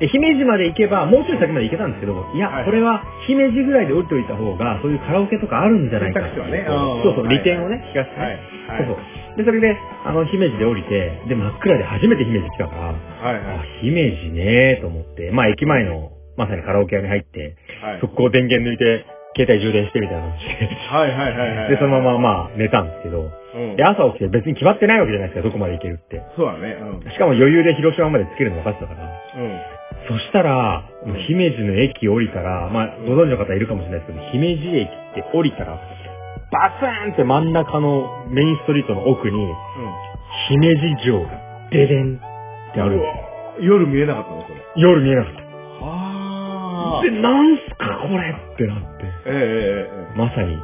B: で姫路まで行けば、もうちょい先まで行けたんですけど、いや、
A: はい
B: これは姫路ぐらいで降りておいた方が、そういうカラオケとかあるんじゃないかっ
A: 選
B: て
A: 択肢
B: いう
A: はねうん
B: そうそう、
A: はい
B: 利点をね、聞かせて、
A: はいは
B: ね。
A: い。
B: そうそう。で、それで、あの、姫路で降りて、で、真っ暗で初めて姫路来たか
A: は
B: ら、
A: いはい
B: あ、姫路ねーと思って、まあ、駅前の、まさにカラオケ屋に入って、
A: はい。
B: 速攻電源抜いて、携帯充電してみたいな感じ
A: はいはいはいはい。
B: で、そのまま、まあ、寝たんですけど、
A: うん
B: で、。朝起きて別に決まってないわけじゃないですか、どこまで行けるって。
A: そうだね。うん。
B: しかも余裕で広島まで着けるの分かってたから。
A: うん。
B: そしたら
A: うん、
B: 姫路の駅降りたら、まあ、ご存知の方いるかもしれないですけど、姫路駅って降りたら、バツーンって真ん中のメインストリートの奥に、姫路城がデデンってある
A: う
B: んで
A: わ夜見えなかったのそれ。
B: すよ。夜見えなかった。
A: は
B: で、なんすかこれってなって。
A: ええええええ。
B: まさに、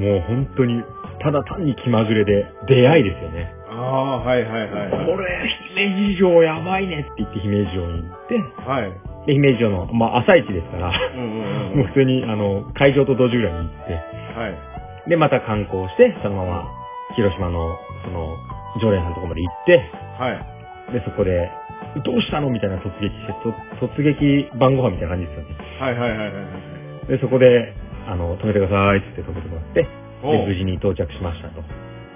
B: もう本当に、ただ単に気まぐれで、出会いですよね。
A: ああ、はいはいはい
B: こ
A: はい。
B: れ、姫路城やばいねって言って姫路城に行って、
A: はい。
B: で、姫路城の、まあ、朝市ですから、
A: うんうんう。
B: もうん普通に、あの、会場と同時ぐらいに行って、
A: はい。
B: で、また観光して、そのまま、広島の、その、常連さんのところまで行って、
A: はい。
B: で、そこで、どうしたのみたいな突撃して、と突撃晩ご飯みたいな感じですよね。
A: はいはいはいはい。
B: で、そこで、あの、止めてくださいって言って止めてもらって、
A: おう
B: で、無事に到着しましたと。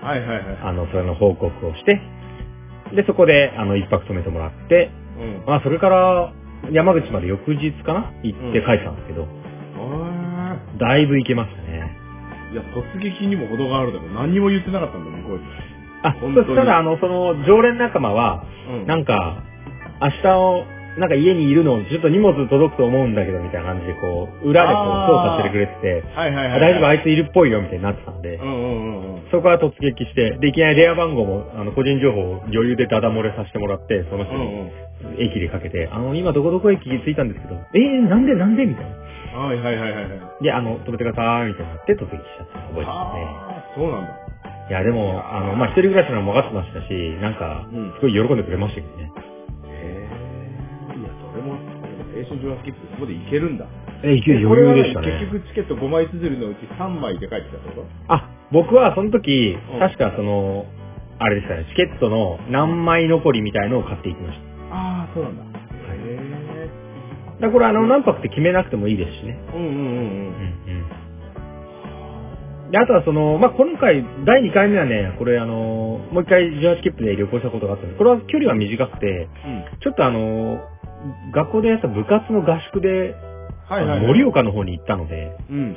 A: はいはいはい。
B: あの、それの報告をして、で、そこで、あの、一泊止めてもらって、
A: うん。
B: まあ、それから、山口まで翌日かな行って帰ったんですけど、
A: あ
B: だいぶ行けましたね。
A: あ。いや、突撃にも程があるだろう。何にも言ってなかったんだ、向こうに。
B: あ、そ
A: 本当に
B: したら、あの、その、常連仲間は、
A: うん
B: なんか、明日を、なんか家にいるの、ちょっと荷物届くと思うんだけど、みたいな感じで、こう、裏でこう
A: あー
B: 操作してくれてて、
A: はいはいは
B: あ
A: い。
B: 大丈夫、あいついるっぽいよ、みたいになってたんで
A: う、んうんうんうん。
B: そこは突撃して、で、いきなり電話番号も、あの、個人情報を余裕でダダ漏れさせてもらって、その人
A: うん
B: に
A: うん。
B: 駅でかけて、あの、今どこどこ駅着いたんですけど、えー、なんでなんでみたいな。
A: はいはいはいはいはい。
B: で、あの、止めてください、みたいになって突撃しちゃったの覚えてますね。
A: ああ、そうなんだ。
B: いや、でも、あの、まあ、一人暮らしなのも分かってましたし、なんか
A: うん、
B: すごい喜んでくれましたけどね。
A: へえ。いや、それも、青春上発切符、そこでいけるんだ。
B: え、いけ
A: これは
B: 余裕でしたね。
A: 結局チケット5枚綴りのうち3枚で帰ってきたってこ
B: あ、僕はその時
A: うん、
B: 確かその、あれでしたね、チケットの何枚残りみたいのを買っていきました。
A: とああ、そうなんだ。へ
B: だからこれあの、何泊って決めなくてもいいですしね。
A: え。うんうんうんうん。
B: で、あとはその、まあ、今回、第2回目はね、これあの、もう一回18切符で旅行したことがあったんです。これは距離は短くて、
A: うん。
B: ちょっとあの、学校でやった部活の合宿で、
A: はいはい、はい。
B: 盛岡の方に行ったので、
A: うん。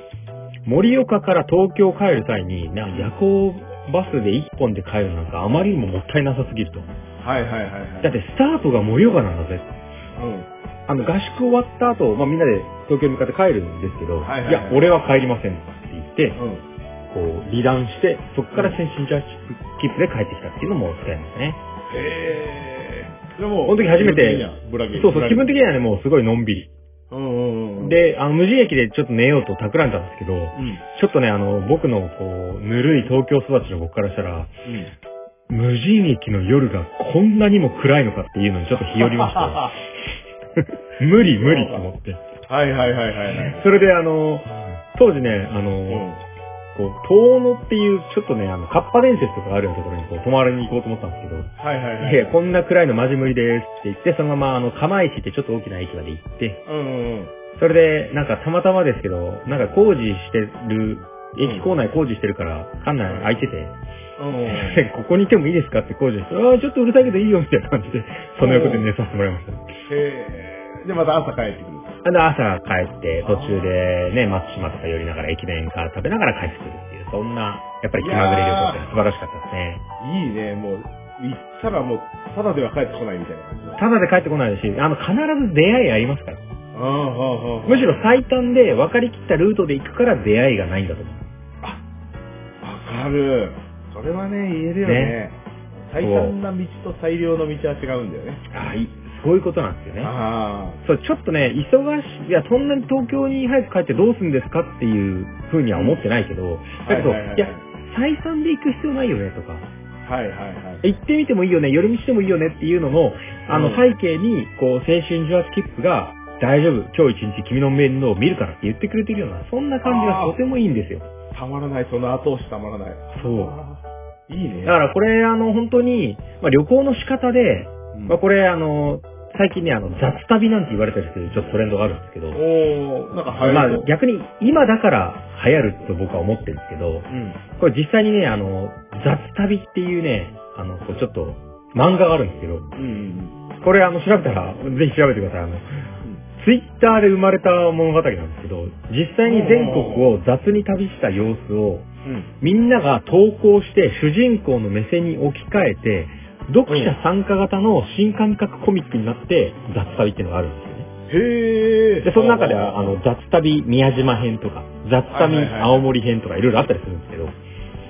B: 盛岡から東京帰る際に、な夜行バスで1本で帰るなんかあまりにももったいなさすぎると。
A: はいはいはいはい。
B: だってスタートが盛岡なんだぜ。
A: うん。
B: あの、合宿終わった後、まあ、みんなで東京に向かって帰るんですけど、
A: はいはいはい
B: や、俺は帰りませんって言って、
A: うん。
B: こう、離断して、そこから先進ジャーキップで帰ってきたっていうのも使いますね。
A: へえ。でも、
B: この時初めて、
A: ブラゲ
B: そうそう、気分
A: 的
B: 的にはね、もうすごいのんびり。
A: うんうんうん。、
B: で、あの、無人駅でちょっと寝ようと企んだんですけど、
A: うん。
B: ちょっとね、あの、僕のこう、ぬるい東京育ちの僕からしたら、
A: うん。
B: 無人駅の夜がこんなにも暗いのかっていうのにちょっと日和りま したよ。無理無理と思って。
A: はいはいはいはいはい。
B: それであの、当時ね、あの、こう、遠野っていう、ちょっとね、あの、カッパ伝説とかあるようなところにこう、泊まりに行こうと思ったんですけど、
A: はいはいはいい。
B: や、こんな暗いのマジ無理ですって言って、そのままあの、釜石ってちょっと大きな駅まで行って、
A: うんうんうん。
B: それで、なんかたまたまですけど、なんか工事してる、駅構内工事してるから、館内空いて て、
A: うんうんうん。
B: ここにいてもいいですかって工事して、ああ、ちょっとうるさいけどいいよみたいな感じで、 その横で寝させてもらいました。
A: へえ。で、また朝帰ってくる。
B: あの朝帰って、途中でね、松島とか寄りながら駅弁か食べながら帰ってくるっていう、そんな、やっぱり気まぐれ旅行ってのは素晴らしかったですね。
A: いいね、もう、行ったらもう、ただでは帰ってこないみたいな感じだ。
B: ただで帰ってこないし、あの、必ず出会いありますから。
A: うんうんうん。
B: むしろ最短で分かりきったルートで行くから出会いがないんだと思う。
A: わかる。それはね、言えるよね。
B: ね
A: 最短な道と最良の道は違うんだよね。
B: ああ、いそういうことなんですよね。
A: あ
B: そう、ちょっとね、忙しい、いや、そんなに東京に早く帰ってどうするんですかっていうふうには思ってないけど、
A: あ。
B: だけど、
A: はいはい
B: いや、最短で行く必要ないよねとか、
A: はいはいはい。
B: 行ってみてもいいよね、寄り道してもいいよねっていうのの、あ
A: うん
B: の背景に、こう、青春18切符が、大丈夫、今日一日君の面倒を見るからって言ってくれてるような、そんな感じがとてもいいんですよ。
A: たまらない、その後押したまらない。
B: そう。
A: あーいいね。
B: だからこれ、あの、本当に、まあ、旅行の仕方で、
A: うん
B: まあ、これ、あの、最近ね、あの、雑旅なんて言われたりする、ちょっとトレンドがあるんですけど、
A: おー、なんか早い。
B: まあ、逆に、今だから流行ると僕は思ってるんですけど、
A: うん。
B: これ実際にね、あの、雑旅っていうね、あの、こうちょっと、漫画があるんですけど、
A: うんうん
B: これあの調べたら、ぜひ調べてください。あの、ツイッターで生まれた物語なんですけど、実際に全国を雑に旅した様子を、
A: うん。
B: みんなが投稿して主人公の目線に置き換えて、読者参加型の新感覚コミックになって雑旅っていうのがあるんですよね。
A: へー。
B: で、その中では、あの、雑旅宮島編とか、雑旅青森編とかいろいろあったりするんですけど、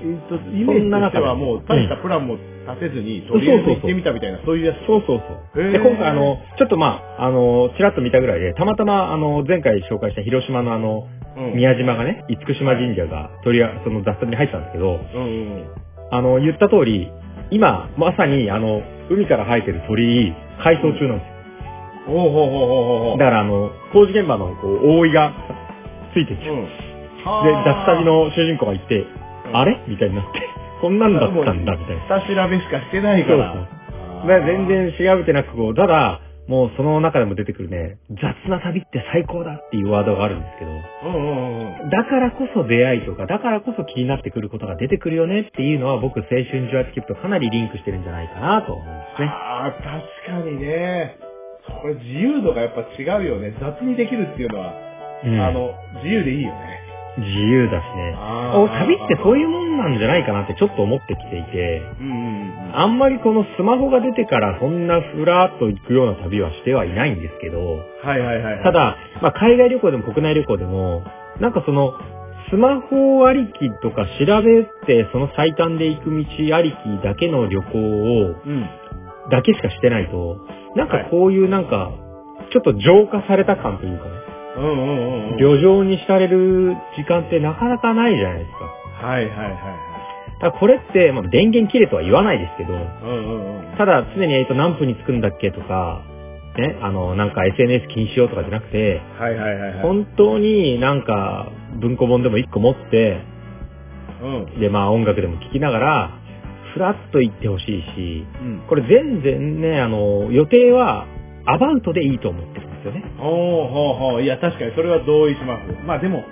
A: えーと、イメージとしてはもう、大したプランも立てずに、とりあえず行ってみたみたいな、そういうやつ。
B: そうそうそ
A: へー
B: う。で、今回あの、ちょっとまあ、あの、ちらっと見たぐらいで、たまたまあの、前回紹介した広島のあの、
A: うん
B: 宮島がね、厳島神社が、とりあえずその雑誌に入ってたんですけど、
A: うんうん。
B: あの、言った通り、今、まさに、あの、海から生えてる鳥居、改装中なんですよ。
A: おーほーほーほーほーほー
B: だから、あの、工事現場の、こう、覆いがついてきて、
A: う
B: で、
A: ん。で、
B: 雑旅の主人公が行って、
A: うん
B: あれみたいになって、 こんなんだったんだ、みたいな。
A: 下調べしかしてないから。
B: そう
A: あ
B: だ
A: ー
B: から全。然調べてなく、こう、ただ、もうその中でも出てくるね、雑な旅って最高だっていうワードがあるんですけど、
A: うんうんうん。
B: だからこそ出会いとか、だからこそ気になってくることが出てくるよねっていうのは僕、青春18切符とかなりリンクしてるんじゃないかなと思うんですね。
A: ああ、確かにね。これ自由度がやっぱ違うよね。雑にできるっていうのは、
B: うん
A: あ、の、自由でいいよね。
B: 自由だしね。
A: あ
B: お旅って
A: う。
B: そういうもんなんじゃないかなってちょっと思ってきていて、
A: うんうんうん。
B: あんまりこのスマホが出てからそんなふらっと行くような旅はしてはいないんですけど、
A: はいはいはいはい。
B: た、だ、まあ、海外旅行でも国内旅行でも、なんかその、スマホありきとか調べて、その最短で行く道ありきだけの旅行を、
A: うん。
B: だけしかしてないと、なんかこういうなんか、ちょっと浄化された感というか、
A: うんうんうんうん。
B: 旅情に浸れる時間ってなかなかないじゃないですか。
A: はいはいはいは
B: だからこれって、まあ、電源切れとは言わないですけど、
A: い。うんうんうん。
B: ただ常に、えっと、何分に着くんだっけとか、ね、あの、なんか SNS 禁止用とかじゃなくて、
A: はいはいはいはい。
B: 本当になんか文庫本でも一個持って、
A: うん。
B: で、まあ音楽でも聴きながら、ふらっと行ってほしいし、
A: うん。
B: これ全然ね、あの、予定はアバウトでいいと思ってるんですよね。
A: ほうほうほう。いや、確かにそれは同意します。まあでも、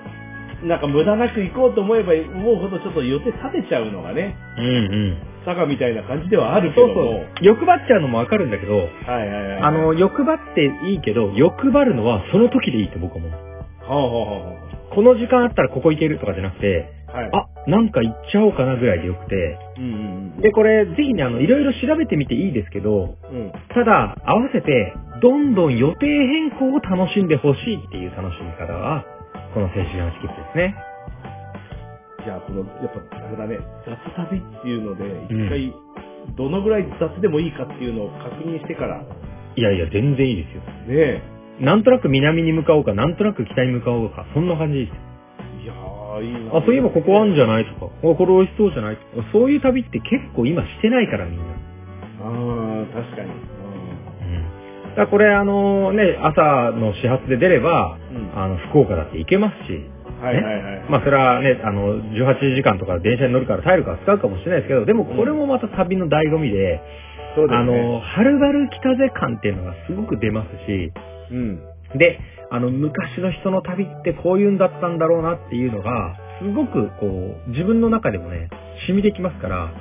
A: なんか無駄なく行こうと思えば思うほどちょっと予定立てちゃうのがね、
B: うんうん。
A: 佐賀みたいな感じではあるけ
B: そ
A: ど
B: う
A: も。
B: そう。欲張っちゃうのもわかるんだけど、
A: はいはいはい。
B: あの、欲張っていいけど、欲張るのはその時でいいって僕は思う。
A: ほうほうほうほ
B: この時間あったらここ行けるとかじゃなくて、
A: う。はい。
B: あ、なんか行っちゃおうかなぐらいでよくて。
A: うんうんうん。
B: で、これ、ぜひね、あの、いろいろ調べてみていいですけど、
A: うん。
B: ただ、合わせて、どんどん予定変更を楽しんでほしいっていう楽しみ方は、この青春のチキップですね。
A: じゃあ、この、やっぱ、あれだね、雑旅っていうので、一回、どのぐらい雑でもいいかっていうのを確認してから、ね
B: いやいや、全然いいですよ。
A: え、
B: なんとなく南に向かおうか、なんとなく北に向かおうか、そんな感じです。
A: いやー、いいな。
B: あ、そういえばここあんじゃないとか、あ、これ美味しそうじゃないとか、そういう旅って結構今してないからみんな。
A: ああ、確かに。
B: うん。だからこれあのね、朝の始発で出れば、
A: うん。うん
B: あの、福岡だって行けますし、
A: はいはいはい。
B: まあそれはね、あの、18時間とか電車に乗るから体力は使うかもしれないですけど、でもこれもまた旅の醍醐味で、
A: そうですね。
B: あの、はるばる北ぜ感っていうのがすごく出ますし、
A: うん。
B: で、あの、昔の人の旅ってこういうんだったんだろうなっていうのが、すごくこう、自分の中でもね、染みてきますから、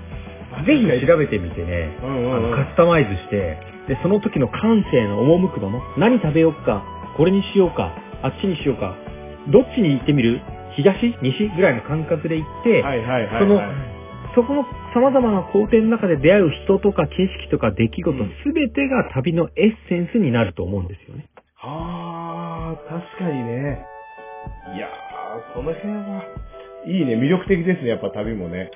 B: ぜひ調べてみてね、
A: うんう
B: あ
A: ん
B: の、
A: う
B: カ
A: ん。
B: スタマイズして、で、その時の感性の赴くまま、何食べようか、これにしようか、あっちにしようか、どっちに行ってみる東西ぐらいの感覚で行って、
A: はいはいはい。
B: その
A: はい
B: そこの様々な工程の中で出会う人とか景色とか出来事
A: うん
B: 全てが旅のエッセンスになると思うんですよね。
A: あー、確かにね。いやー、この辺は、いいね、魅力的ですね、やっぱ旅もね。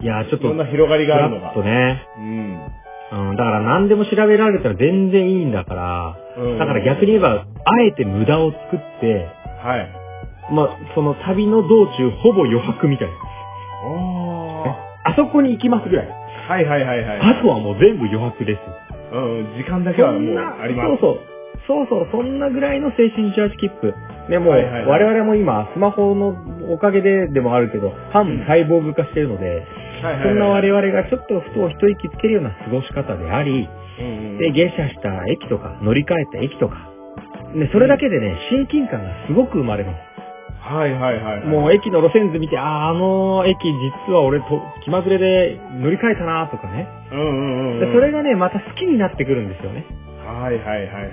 B: いやーちょっ
A: い
B: と
A: ろん、な広がり
B: ち
A: がある
B: ら
A: のが
B: っ。とね、
A: うん。
B: うん、だから何でも調べられたら全然いいんだから、
A: うん
B: だから逆に言えば、あえて無駄を作って、
A: はい。
B: まあ、その旅の道中ほぼ余白みたいな。
A: おー。
B: あそこに行きますぐらい。
A: はいはいはいはい。
B: あとはもう全部余白です。
A: うん、時間だけはもうあります。
B: そうそう。そうそう、そんなぐらいの青春18切符。ね、もう、
A: はいはいはい
B: 我々も今、スマホのおかげででもあるけど、半サイボーグ化してるので、
A: はいはいはい
B: そんな我々がちょっとふと一息つけるような過ごし方であり、
A: うんうん
B: で、下車した駅とか、乗り換えた駅とか、ね、それだけでね、親近感がすごく生まれます。
A: はいはいはいはい。
B: もう駅の路線図見て、あーあの駅実は俺と気まぐれで乗り換えたなとかね。
A: うんうんうんう
B: で
A: ん。
B: それがね、また好きになってくるんですよね。
A: はいはいはいはいはい。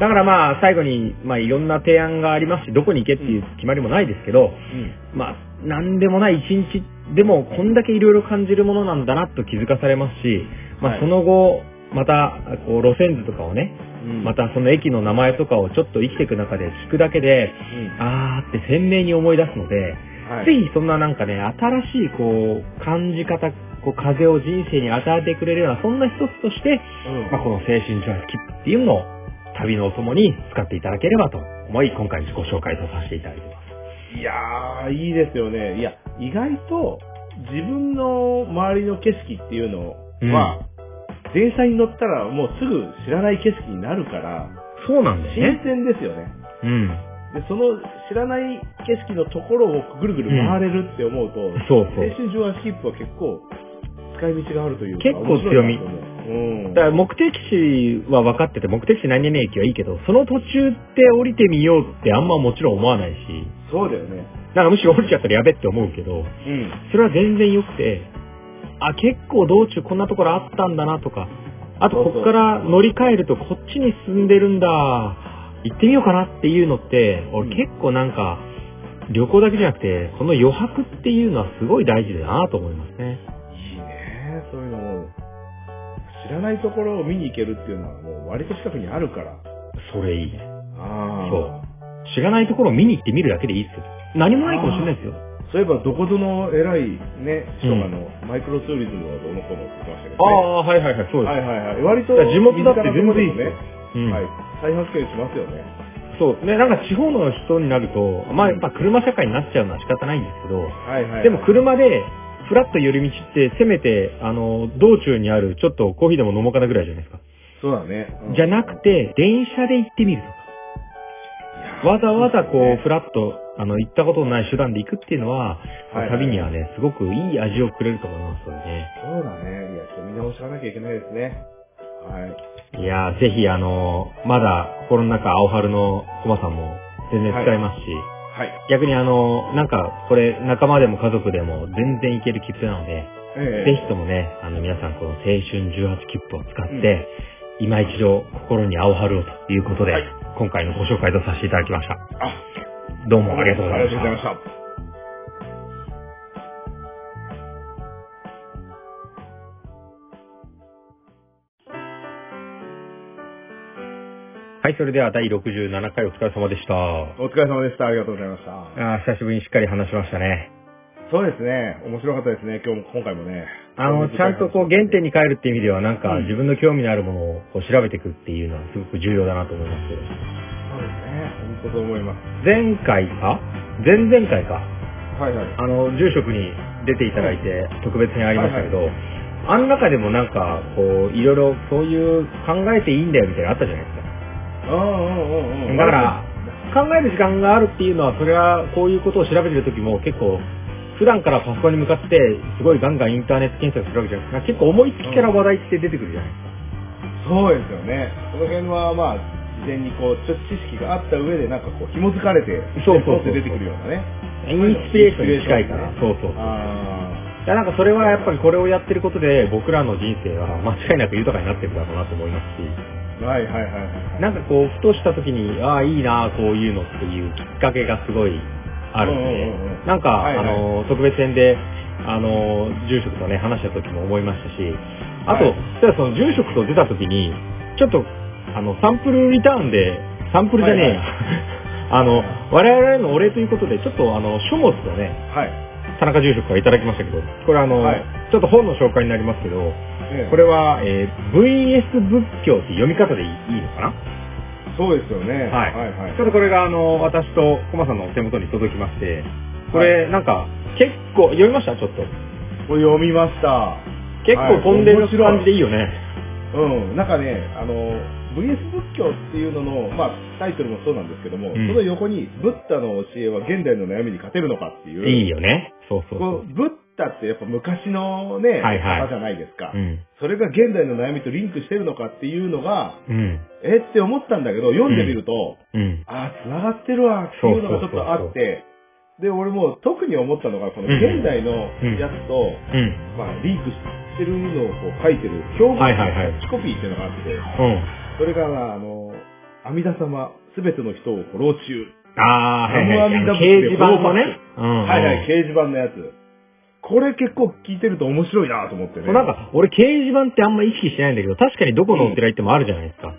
B: だからまあ、最後に、まあいろんな提案がありますし、どこに行けっていう決まりもないですけど、
A: うん。
B: まあ、なんでもない一日でも、こんだけいろいろ感じるものなんだなと気づかされますし、ま
A: は
B: あ
A: い
B: その後、また、こう、路線図とかをね、
A: うん
B: ま、たその駅の名前とかをちょっと生きていく中で聞くだけで、
A: うん。
B: あーって鮮明に思い出すので、
A: はい
B: ぜひそんななんかね、新しいこう、感じ方、こう、風を人生に与えてくれるような、そんな一つとして、
A: うん
B: まあ、この青春18切符っていうのを、旅のお供に使っていただければと思い、今回ご紹介とさせていただいてます。
A: いやー、いいですよね。いや、意外と、自分の周りの景色っていうのは、電車に乗ったらもうすぐ知らない景色になるから、
B: そうなんだよ
A: 新
B: ね。
A: 鮮ですよね。
B: うん。
A: で、その知らない景色のところをぐるぐる回れるって思うと、
B: そうそ
A: 青
B: う。
A: 春上はスキップは結構、使い道があるというか、
B: 結構強み
A: 面白いなと思う。うん。
B: だから目的地は分かってて、目的地何々駅はいいけど、その途中で降りてみようってあんまもちろん思わないし、
A: そうだよね。
B: なんかむしろ降りちゃったらやべって思うけど、
A: うん。
B: それは全然良くて、あ、結構道中こんなところあったんだなとか、あと
A: そうそ
B: こ
A: う
B: っから乗り換えるとこっちに進んでるんだ、行ってみようかなっていうのって、
A: う
B: 俺
A: ん
B: 結構なんか、旅行だけじゃなくて、この余白っていうのはすごい大事だなと思いますね。
A: いいね、そういうのも。知らないところを見に行けるっていうのは、もう割と近くにあるから。
B: それいいね。
A: ああ。
B: そう。知らないところを見に行ってみるだけでいいっすよ。何もないかもしれないですよ。
A: そういえば、どこぞの偉いね、人があの、マイクロツーリズムはどうのこうのって言ってましたけど、ね。
B: あー、はいはいはい、そ
A: はいはいはい。割と、
B: だから地元だって全然いい
A: 身近なところでもね。
B: うん
A: はい。再発見しますよね。
B: そう。ね、なんか地方の人になると、まあやっぱ車社会になっちゃうのは仕方ないんですけど、
A: はいはい。
B: でも、車で、フラッと寄り道って、せめて、あの、道中にある、ちょっとコーヒーでも飲もうかなぐらいじゃないですか。
A: そうだね。うん
B: じゃなく、て、電車で行ってみるとか。わざわざこう、フラッと、あの、行ったことのない手段で行くっていうのは、
A: はい
B: 旅にはね、すごくいい味をくれると思いますよね。
A: そうだね。いや、ちょっと見直しかなきゃいけないですね。はい。
B: いやー、ぜひあの、まだ心の中、青春のコマさんも全然使えますし、
A: はい。
B: 逆にあの、なんか、これ、仲間でも家族でも全然行ける切符なので、
A: え
B: ぜひともね、あの皆さんこの青春18切符を使って、今一度心に青春をということで、
A: はい
B: 今回のご紹介とさせていただきました。
A: あ
B: どうもありがとうございまし
A: あ
B: た
A: りがとうございま。した。
B: はい、それでは第67回お疲れ様でした。あ
A: お疲れ様でした。ありがとうございました。
B: ー久しぶりにしっかり話しましたね。
A: そうですね。面白かったですね。今日も、今回もね。
B: あの、ちゃんとこう原点に帰るっていう意味では、なんか
A: うん
B: 自分の興味のあるものをこう調べていくっていうのはすごく重要だなと思いますけど。
A: そうですね。本当そう思います。
B: 前回か前々回か。
A: はいはい。
B: あの、住職に出ていただいて特別にありましたけど、あの中でもなんか、こう、いろいろそういう考えていいんだよみたいなのあったじゃないですか。
A: うんうんうんうん。
B: だから、考える時間があるっていうのは、それはこういうことを調べてる時も結構、普段からパソコンに向かって、すごいガンガンインターネット検索するわけじゃなくて、結構思いつきから話題って出てくるじゃないですか。
A: そうですよね。その辺はまあ、事前にこう、ちょっと知識があった上で、なんかこう、紐づかれて、
B: そうそう
A: ポン
B: そう
A: って出てくるようなね。
B: インスピレーションに近いから。そうそう。
A: あ
B: だからなんかそれはやっぱりこれをやってることで、僕らの人生は間違いなく豊かになってるだろうなと思いますし。
A: あ、はいはいはいはい。
B: なんかこう、ふとした時に、ああ、いいな、こういうのっていうきっかけがすごいあるん
A: うんうんうんう
B: で、
A: ん
B: なんか、
A: はいはい
B: あの、特別編で、あの、住職とね、話した時も思いましたし、あと、
A: はい
B: ただその住職と出た時に、ちょっと、あの、サンプルリターンで、サンプルじゃねえや、
A: は
B: あの、我々へのお礼ということで、ちょっとあの、書物をね、
A: はい。
B: 田中住職からいただきましたけど、これあの、
A: はい
B: ちょっと本の紹介になりますけど、
A: ね
B: これは、えー VS 仏教って読み方でいいいいのかな
A: そうですよね。
B: はい
A: はいはい
B: ちょっとこれがあの、私とコマさんの手元に届きまして、これなんか、結構、読みましたちょっと。
A: これ読みました。
B: 結構飛んでる感じでいいよね。
A: うん。なんかね、あの、VS 仏教っていうのの、まあ、タイトルもそうなんですけども、
B: うん
A: その横に、ブッダの教えは現代の悩みに勝てるのかっていう。
B: いいよね。そうそうそ
A: こ
B: う。
A: うブッダってやっぱ昔のね、
B: はいはい
A: 方じゃないですか、
B: うん。
A: それが現代の悩みとリンクしてるのかっていうのが、
B: うん。
A: えって思ったんだけど、読んでみると、
B: うん。
A: ああ、繋がってるわっていうのがちょっとあ
B: そうそうそう
A: って、で、俺も特に思ったのが、この現代のやつと、
B: うん。
A: まあ、リンクしてるのをこう書いてる表現、
B: はいはいはい
A: キコピーっていうのがあって、
B: うん。
A: それが、あの、阿弥陀様、すべての人をフォロー中。
B: あー、はいはい。あ
A: 南無
B: の
A: 阿弥陀仏
B: 掲示板のね。うん。
A: はいはい、掲示板のやつ。これ結構聞いてると面白いなと思ってね。
B: そうなんか、俺掲示板ってあんま意識してないんだけど、確かにどこのお寺行ってもあるじゃないですか。
A: は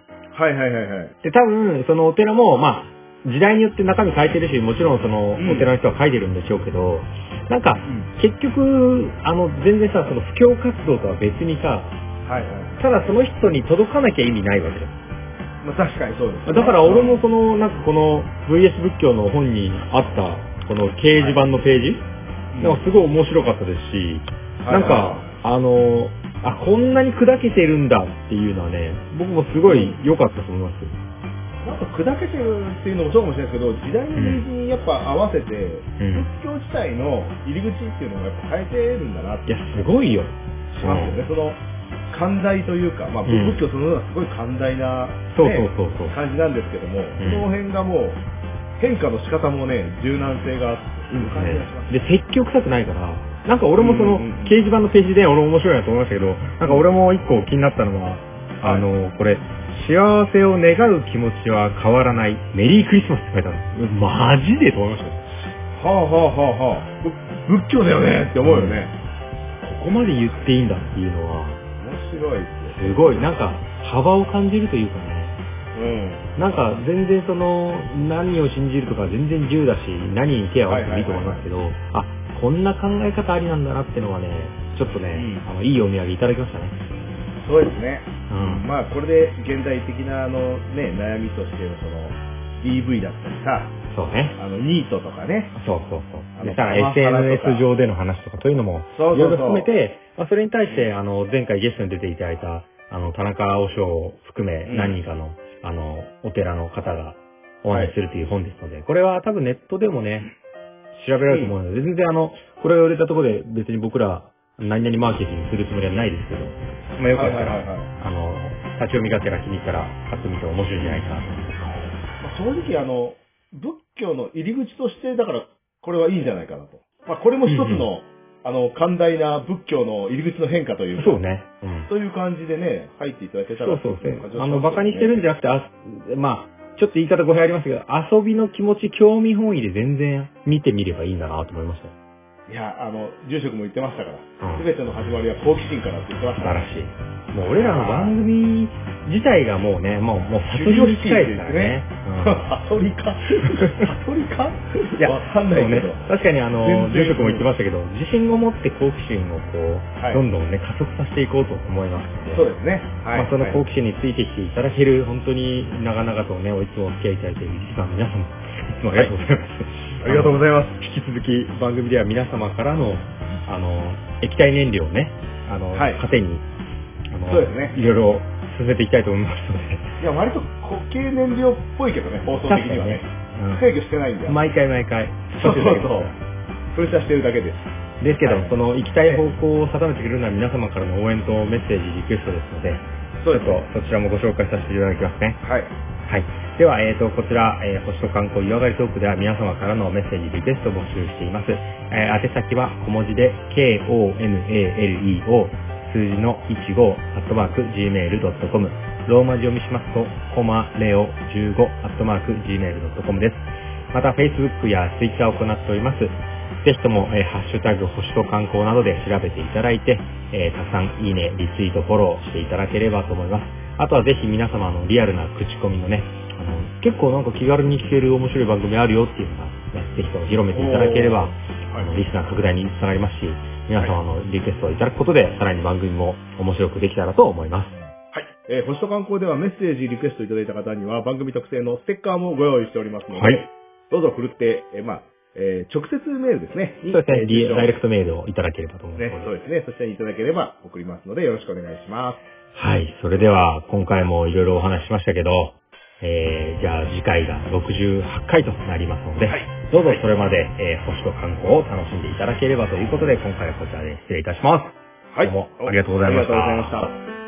A: いはいはいはい。
B: で、多分、そのお寺も、まあ、時代によって中身変えてるし、もちろんその、
A: う
B: お
A: ん
B: 寺の人は書いてるんでしょうけど、なんか
A: う、ん。
B: 結局、あの、全然さ、その布教活動とは別にさ、
A: はいはい。
B: ただその人に届かなきゃ意味ないわけだ
A: まあ確かにそうです、
B: だから俺も
A: うん
B: この、なんかこの VS 仏教の本にあった、この掲示板のページ、なんかすごい面白かったですし、
A: はいはい
B: なんか、あの、あ、こんなに砕けてるんだっていうのはね、僕もすごい良かったと思います。
A: なんか砕けてるっていうのもそうかもしれないですけど、時代のニーズにやっぱ合わせて、
B: ん
A: 仏教自体の入り口っていうのもやっぱ変えてるんだなっ
B: い
A: て
B: や、すごいよ。
A: しますよね。その、寛大というか、まあ、
B: うん
A: 仏教そのものはすごい寛大な、
B: そう
A: ね
B: そうそうそう
A: 感じなんですけども、その辺がもう、変化の仕方もね、柔軟性があって、いい感じがします。
B: で、積極臭くないから、なんか俺もその
A: うんうんうん
B: 掲示板のページで俺面白いなと思いましたけど、なんか俺も一個気になったのは、あの、これ、幸せを願う気持ちは変わらない、メリークリスマスって書いてあるうんマジでと思いましたね
A: はあはあはあはあ。ぶ仏教だよねって思うよね。
B: ここまで言っていいんだっていうのは、
A: 面白いですよ。
B: すごい、なんか幅を感じるというかね、
A: うん。
B: なんか全然その、何を信じるとか全然自由だし、何に手を合わせてもいいと思いますけど、あ、こんな考え方ありなんだなってのはね、ちょっとね、
A: うん
B: あのいいお土産いただきましたね。
A: そうですね。
B: うん
A: まあ、これで現代的な、あの、ね、悩みとしての、その、EV だったりさ、
B: そうね。
A: あの、ニートとかね。
B: そうそうそ
A: あ
B: う。
A: の
B: だから
A: パワハラとか
B: SNS 上での話とかというのも、い
A: そうそうそう
B: ろいろ含めて、まあ、それに対して、あの、前回ゲストに出ていただいた、あの、田中和尚を含め
A: うん
B: 何人かの、あの、お寺の方がお話しするという本ですので、これは多分ネットでもね、調べられると思うので、全然あの、これを入れたところで別に僕ら、何々マーケティングするつもりはないですけど、まあよかったら、
A: はいはいはいはい
B: あの、立ち読みがてら気に入ったら買ってみても面白いんじゃないかなと思います。
A: まあ正直、あの、仏教の入り口として、だから、これはいいんじゃないかなと。まあ、これも一つの、
B: うんう
A: あの、寛大な仏教の入り口の変化というか
B: そうね。うん。
A: という感じでね、入っていただけた
B: そ
A: ら。
B: うそうそう。あ
A: あ
B: の、
A: の、バ
B: 馬鹿
A: カ
B: にしてるんじゃなくて、あまあ、ちょっと言い方語弊ありますけど、遊びの気持ち、興味本位で全然見てみればいいんだなと思いましたよ。
A: いや、あの、住職も言ってましたから
B: うん、
A: すべ、ての始まりは好奇心からって言ってまし
B: 素
A: た
B: 晴らしい。もう俺らの番組自体がもうね、もう、もう、悟りに近いですからね。
A: サトリかサトリか
B: うんいや、
A: わかんないけど。
B: そうね確かにあの、
A: 全然
B: 住職も言ってましたけど、自信を持って好奇心をこう、
A: はい
B: どんどんね、加速させていこうと思いますので。
A: そうですね。はい。
B: まあ、その
A: はい
B: 好奇心についてきていただける、本当に長々とね、おいつもお付き合いいただいているリスナーの皆様、いつもありがとうございます。
A: ありがとうございます。
B: 引き続き番組では皆様からの、あの、液体燃料をね、あの、
A: はい
B: 糧に、あの
A: そうですね
B: いろいろ進めていきたいと思いますので、
A: いや、割と固形燃料っぽいけどね、放送的にはね。
B: うん
A: 制御してないんだよ。
B: 毎回毎回、
A: そうそう
B: 少しだけ
A: そう。プレッシャーしてるだけです。
B: ですけど、
A: はい
B: その行きたい方向を定めてくれるのは皆様からの応援とメッセージ、リクエストですので、
A: そう
B: ちょっとそちらもご紹介させていただきますね。
A: はい。
B: はい。では、えー、と、こちら、えー星と観光湯上がりトークでは皆様からのメッセージ、リクエストを募集しています。えー宛先は小文字で、k-o-n-a-l-e-o、数字の15、アットマーク、gmail.com。ローマ字読みしますと、コマ、レオ、15、アットマーク、gmail.com です。また、Facebook や Twitter を行っております。ぜひとも、えーハッシュタグ、星と観光などで調べていただいて、えーたくさんいいね、リツイート、フォローしていただければと思います。あとはぜひ皆様のリアルな口コミのね、あの結構なんか気軽に聞ける面白い番組あるよっていうのが、ね、ぜひとも広めていただければ、あのリスナー拡大につながりますし、皆様のリクエストをいただくことで、さらに番組も面白くできたらと思います。
A: はい。えー星と観光ではメッセージ、リクエストいただいた方には番組特製のステッカーもご用意しておりますので、
B: はい
A: どうぞ振るって、えーまあ、えー直接メールですね。
B: そうですね、リ
A: えー
B: ダイレクトメールをいただければと思い
A: ね
B: ます、。
A: そうですね。そちらにいただければ送りますので、よろしくお願いします。
B: はい、それでは今回もいろいろお話ししましたけど、えー、じゃあ次回が68回となりますので、
A: はい
B: どうぞそれまで、えー、星と観光を楽しんでいただければということで、今回はこちらで失礼いたします。
A: はい。
B: どうもありがとうございました
A: ありがとうございました。